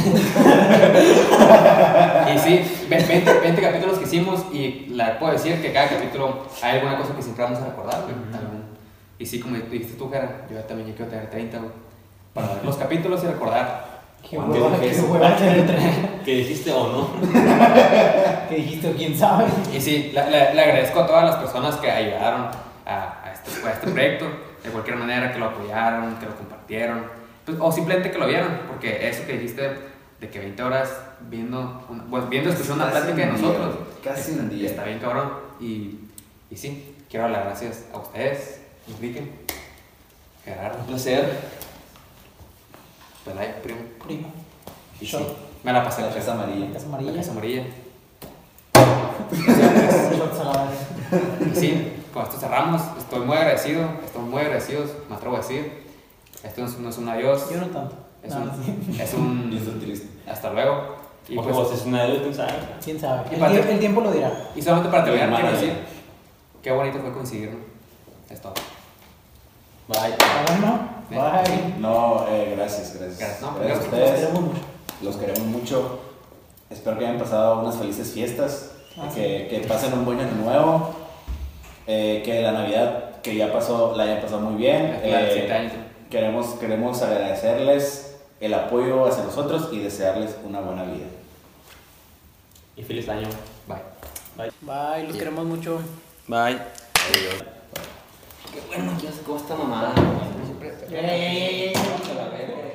Speaker 2: Y sí, ve- 20, 20 capítulos que hicimos y la puedo decir que cada capítulo hay alguna cosa que siempre vamos a recordar, güey, también. Y sí, como dijiste tú, cara, yo ya también ya quiero tener 30, güey, Para ver los capítulos y recordar.
Speaker 1: Qué
Speaker 3: ¿Cuándo
Speaker 1: hueva, qué
Speaker 3: dije eso?
Speaker 1: hueva tener tres.
Speaker 4: ¿Qué dijiste o no?
Speaker 1: que dijiste, o quién sabe.
Speaker 2: Y sí, la- la- le agradezco a todas las personas que ayudaron a, a este, a este proyecto, de cualquier manera, que lo apoyaron, que lo compartieron, pues, o simplemente que lo vieron, porque eso que dijiste de que 20 horas viendo, una- bueno, viendo, escuchando una
Speaker 3: Casi
Speaker 2: plática de
Speaker 3: un
Speaker 2: nosotros,
Speaker 3: día, casi un
Speaker 2: está,
Speaker 3: día.
Speaker 2: está bien cabrón. Y, y sí, quiero dar las gracias a ustedes, Enrique, Gerardo,
Speaker 4: Un placer.
Speaker 2: Pelay, primo.
Speaker 1: Primo.
Speaker 2: Y
Speaker 1: Yo.
Speaker 2: sí, me la pasé
Speaker 3: Hasta la
Speaker 2: la
Speaker 3: casa
Speaker 2: casa
Speaker 3: amarilla.
Speaker 1: Es amarilla.
Speaker 2: amarilla.
Speaker 1: Shots a la verga.
Speaker 2: Y sí, con esto cerramos. Estoy muy agradecido, estamos muy agradecidos, me atrevo a decir. Esto no es, no es un adiós,
Speaker 1: Yo no tanto.
Speaker 2: es
Speaker 1: No, sí.
Speaker 2: un, es
Speaker 3: Y estoy
Speaker 2: un
Speaker 3: triste.
Speaker 2: hasta luego. Y,
Speaker 4: Y
Speaker 2: pues,
Speaker 4: pues es una de quién sabe.
Speaker 1: ¿Quién sabe?
Speaker 2: Y
Speaker 1: El,
Speaker 2: para-
Speaker 1: tie- el tiempo lo dirá.
Speaker 2: y solamente para terminar,
Speaker 3: Mi
Speaker 2: quiero
Speaker 3: hermana,
Speaker 2: decir, qué bonito fue coincidir, ¿no? Es todo.
Speaker 3: Bye.
Speaker 1: Bueno, bye.
Speaker 3: No, eh, gracias, gracias.
Speaker 2: Gracias, no,
Speaker 3: gracias a
Speaker 2: gracias.
Speaker 1: Los
Speaker 3: ustedes.
Speaker 1: queremos mucho.
Speaker 3: Los queremos mucho. Espero que hayan pasado unas felices fiestas.
Speaker 1: Ah,
Speaker 3: que, que pasen un buen año nuevo. eh, que la Navidad que ya pasó la hayan pasado muy bien.
Speaker 2: La de
Speaker 3: eh,
Speaker 2: siete años.
Speaker 3: queremos, queremos agradecerles el apoyo hacia nosotros y desearles una buena vida.
Speaker 4: Y feliz año.
Speaker 2: Bye.
Speaker 1: Bye, los queremos mucho.
Speaker 4: Bye.
Speaker 2: Qué bueno que hace con esta mamada.
Speaker 1: Ey, ey, ey, ey.
Speaker 2: la verga.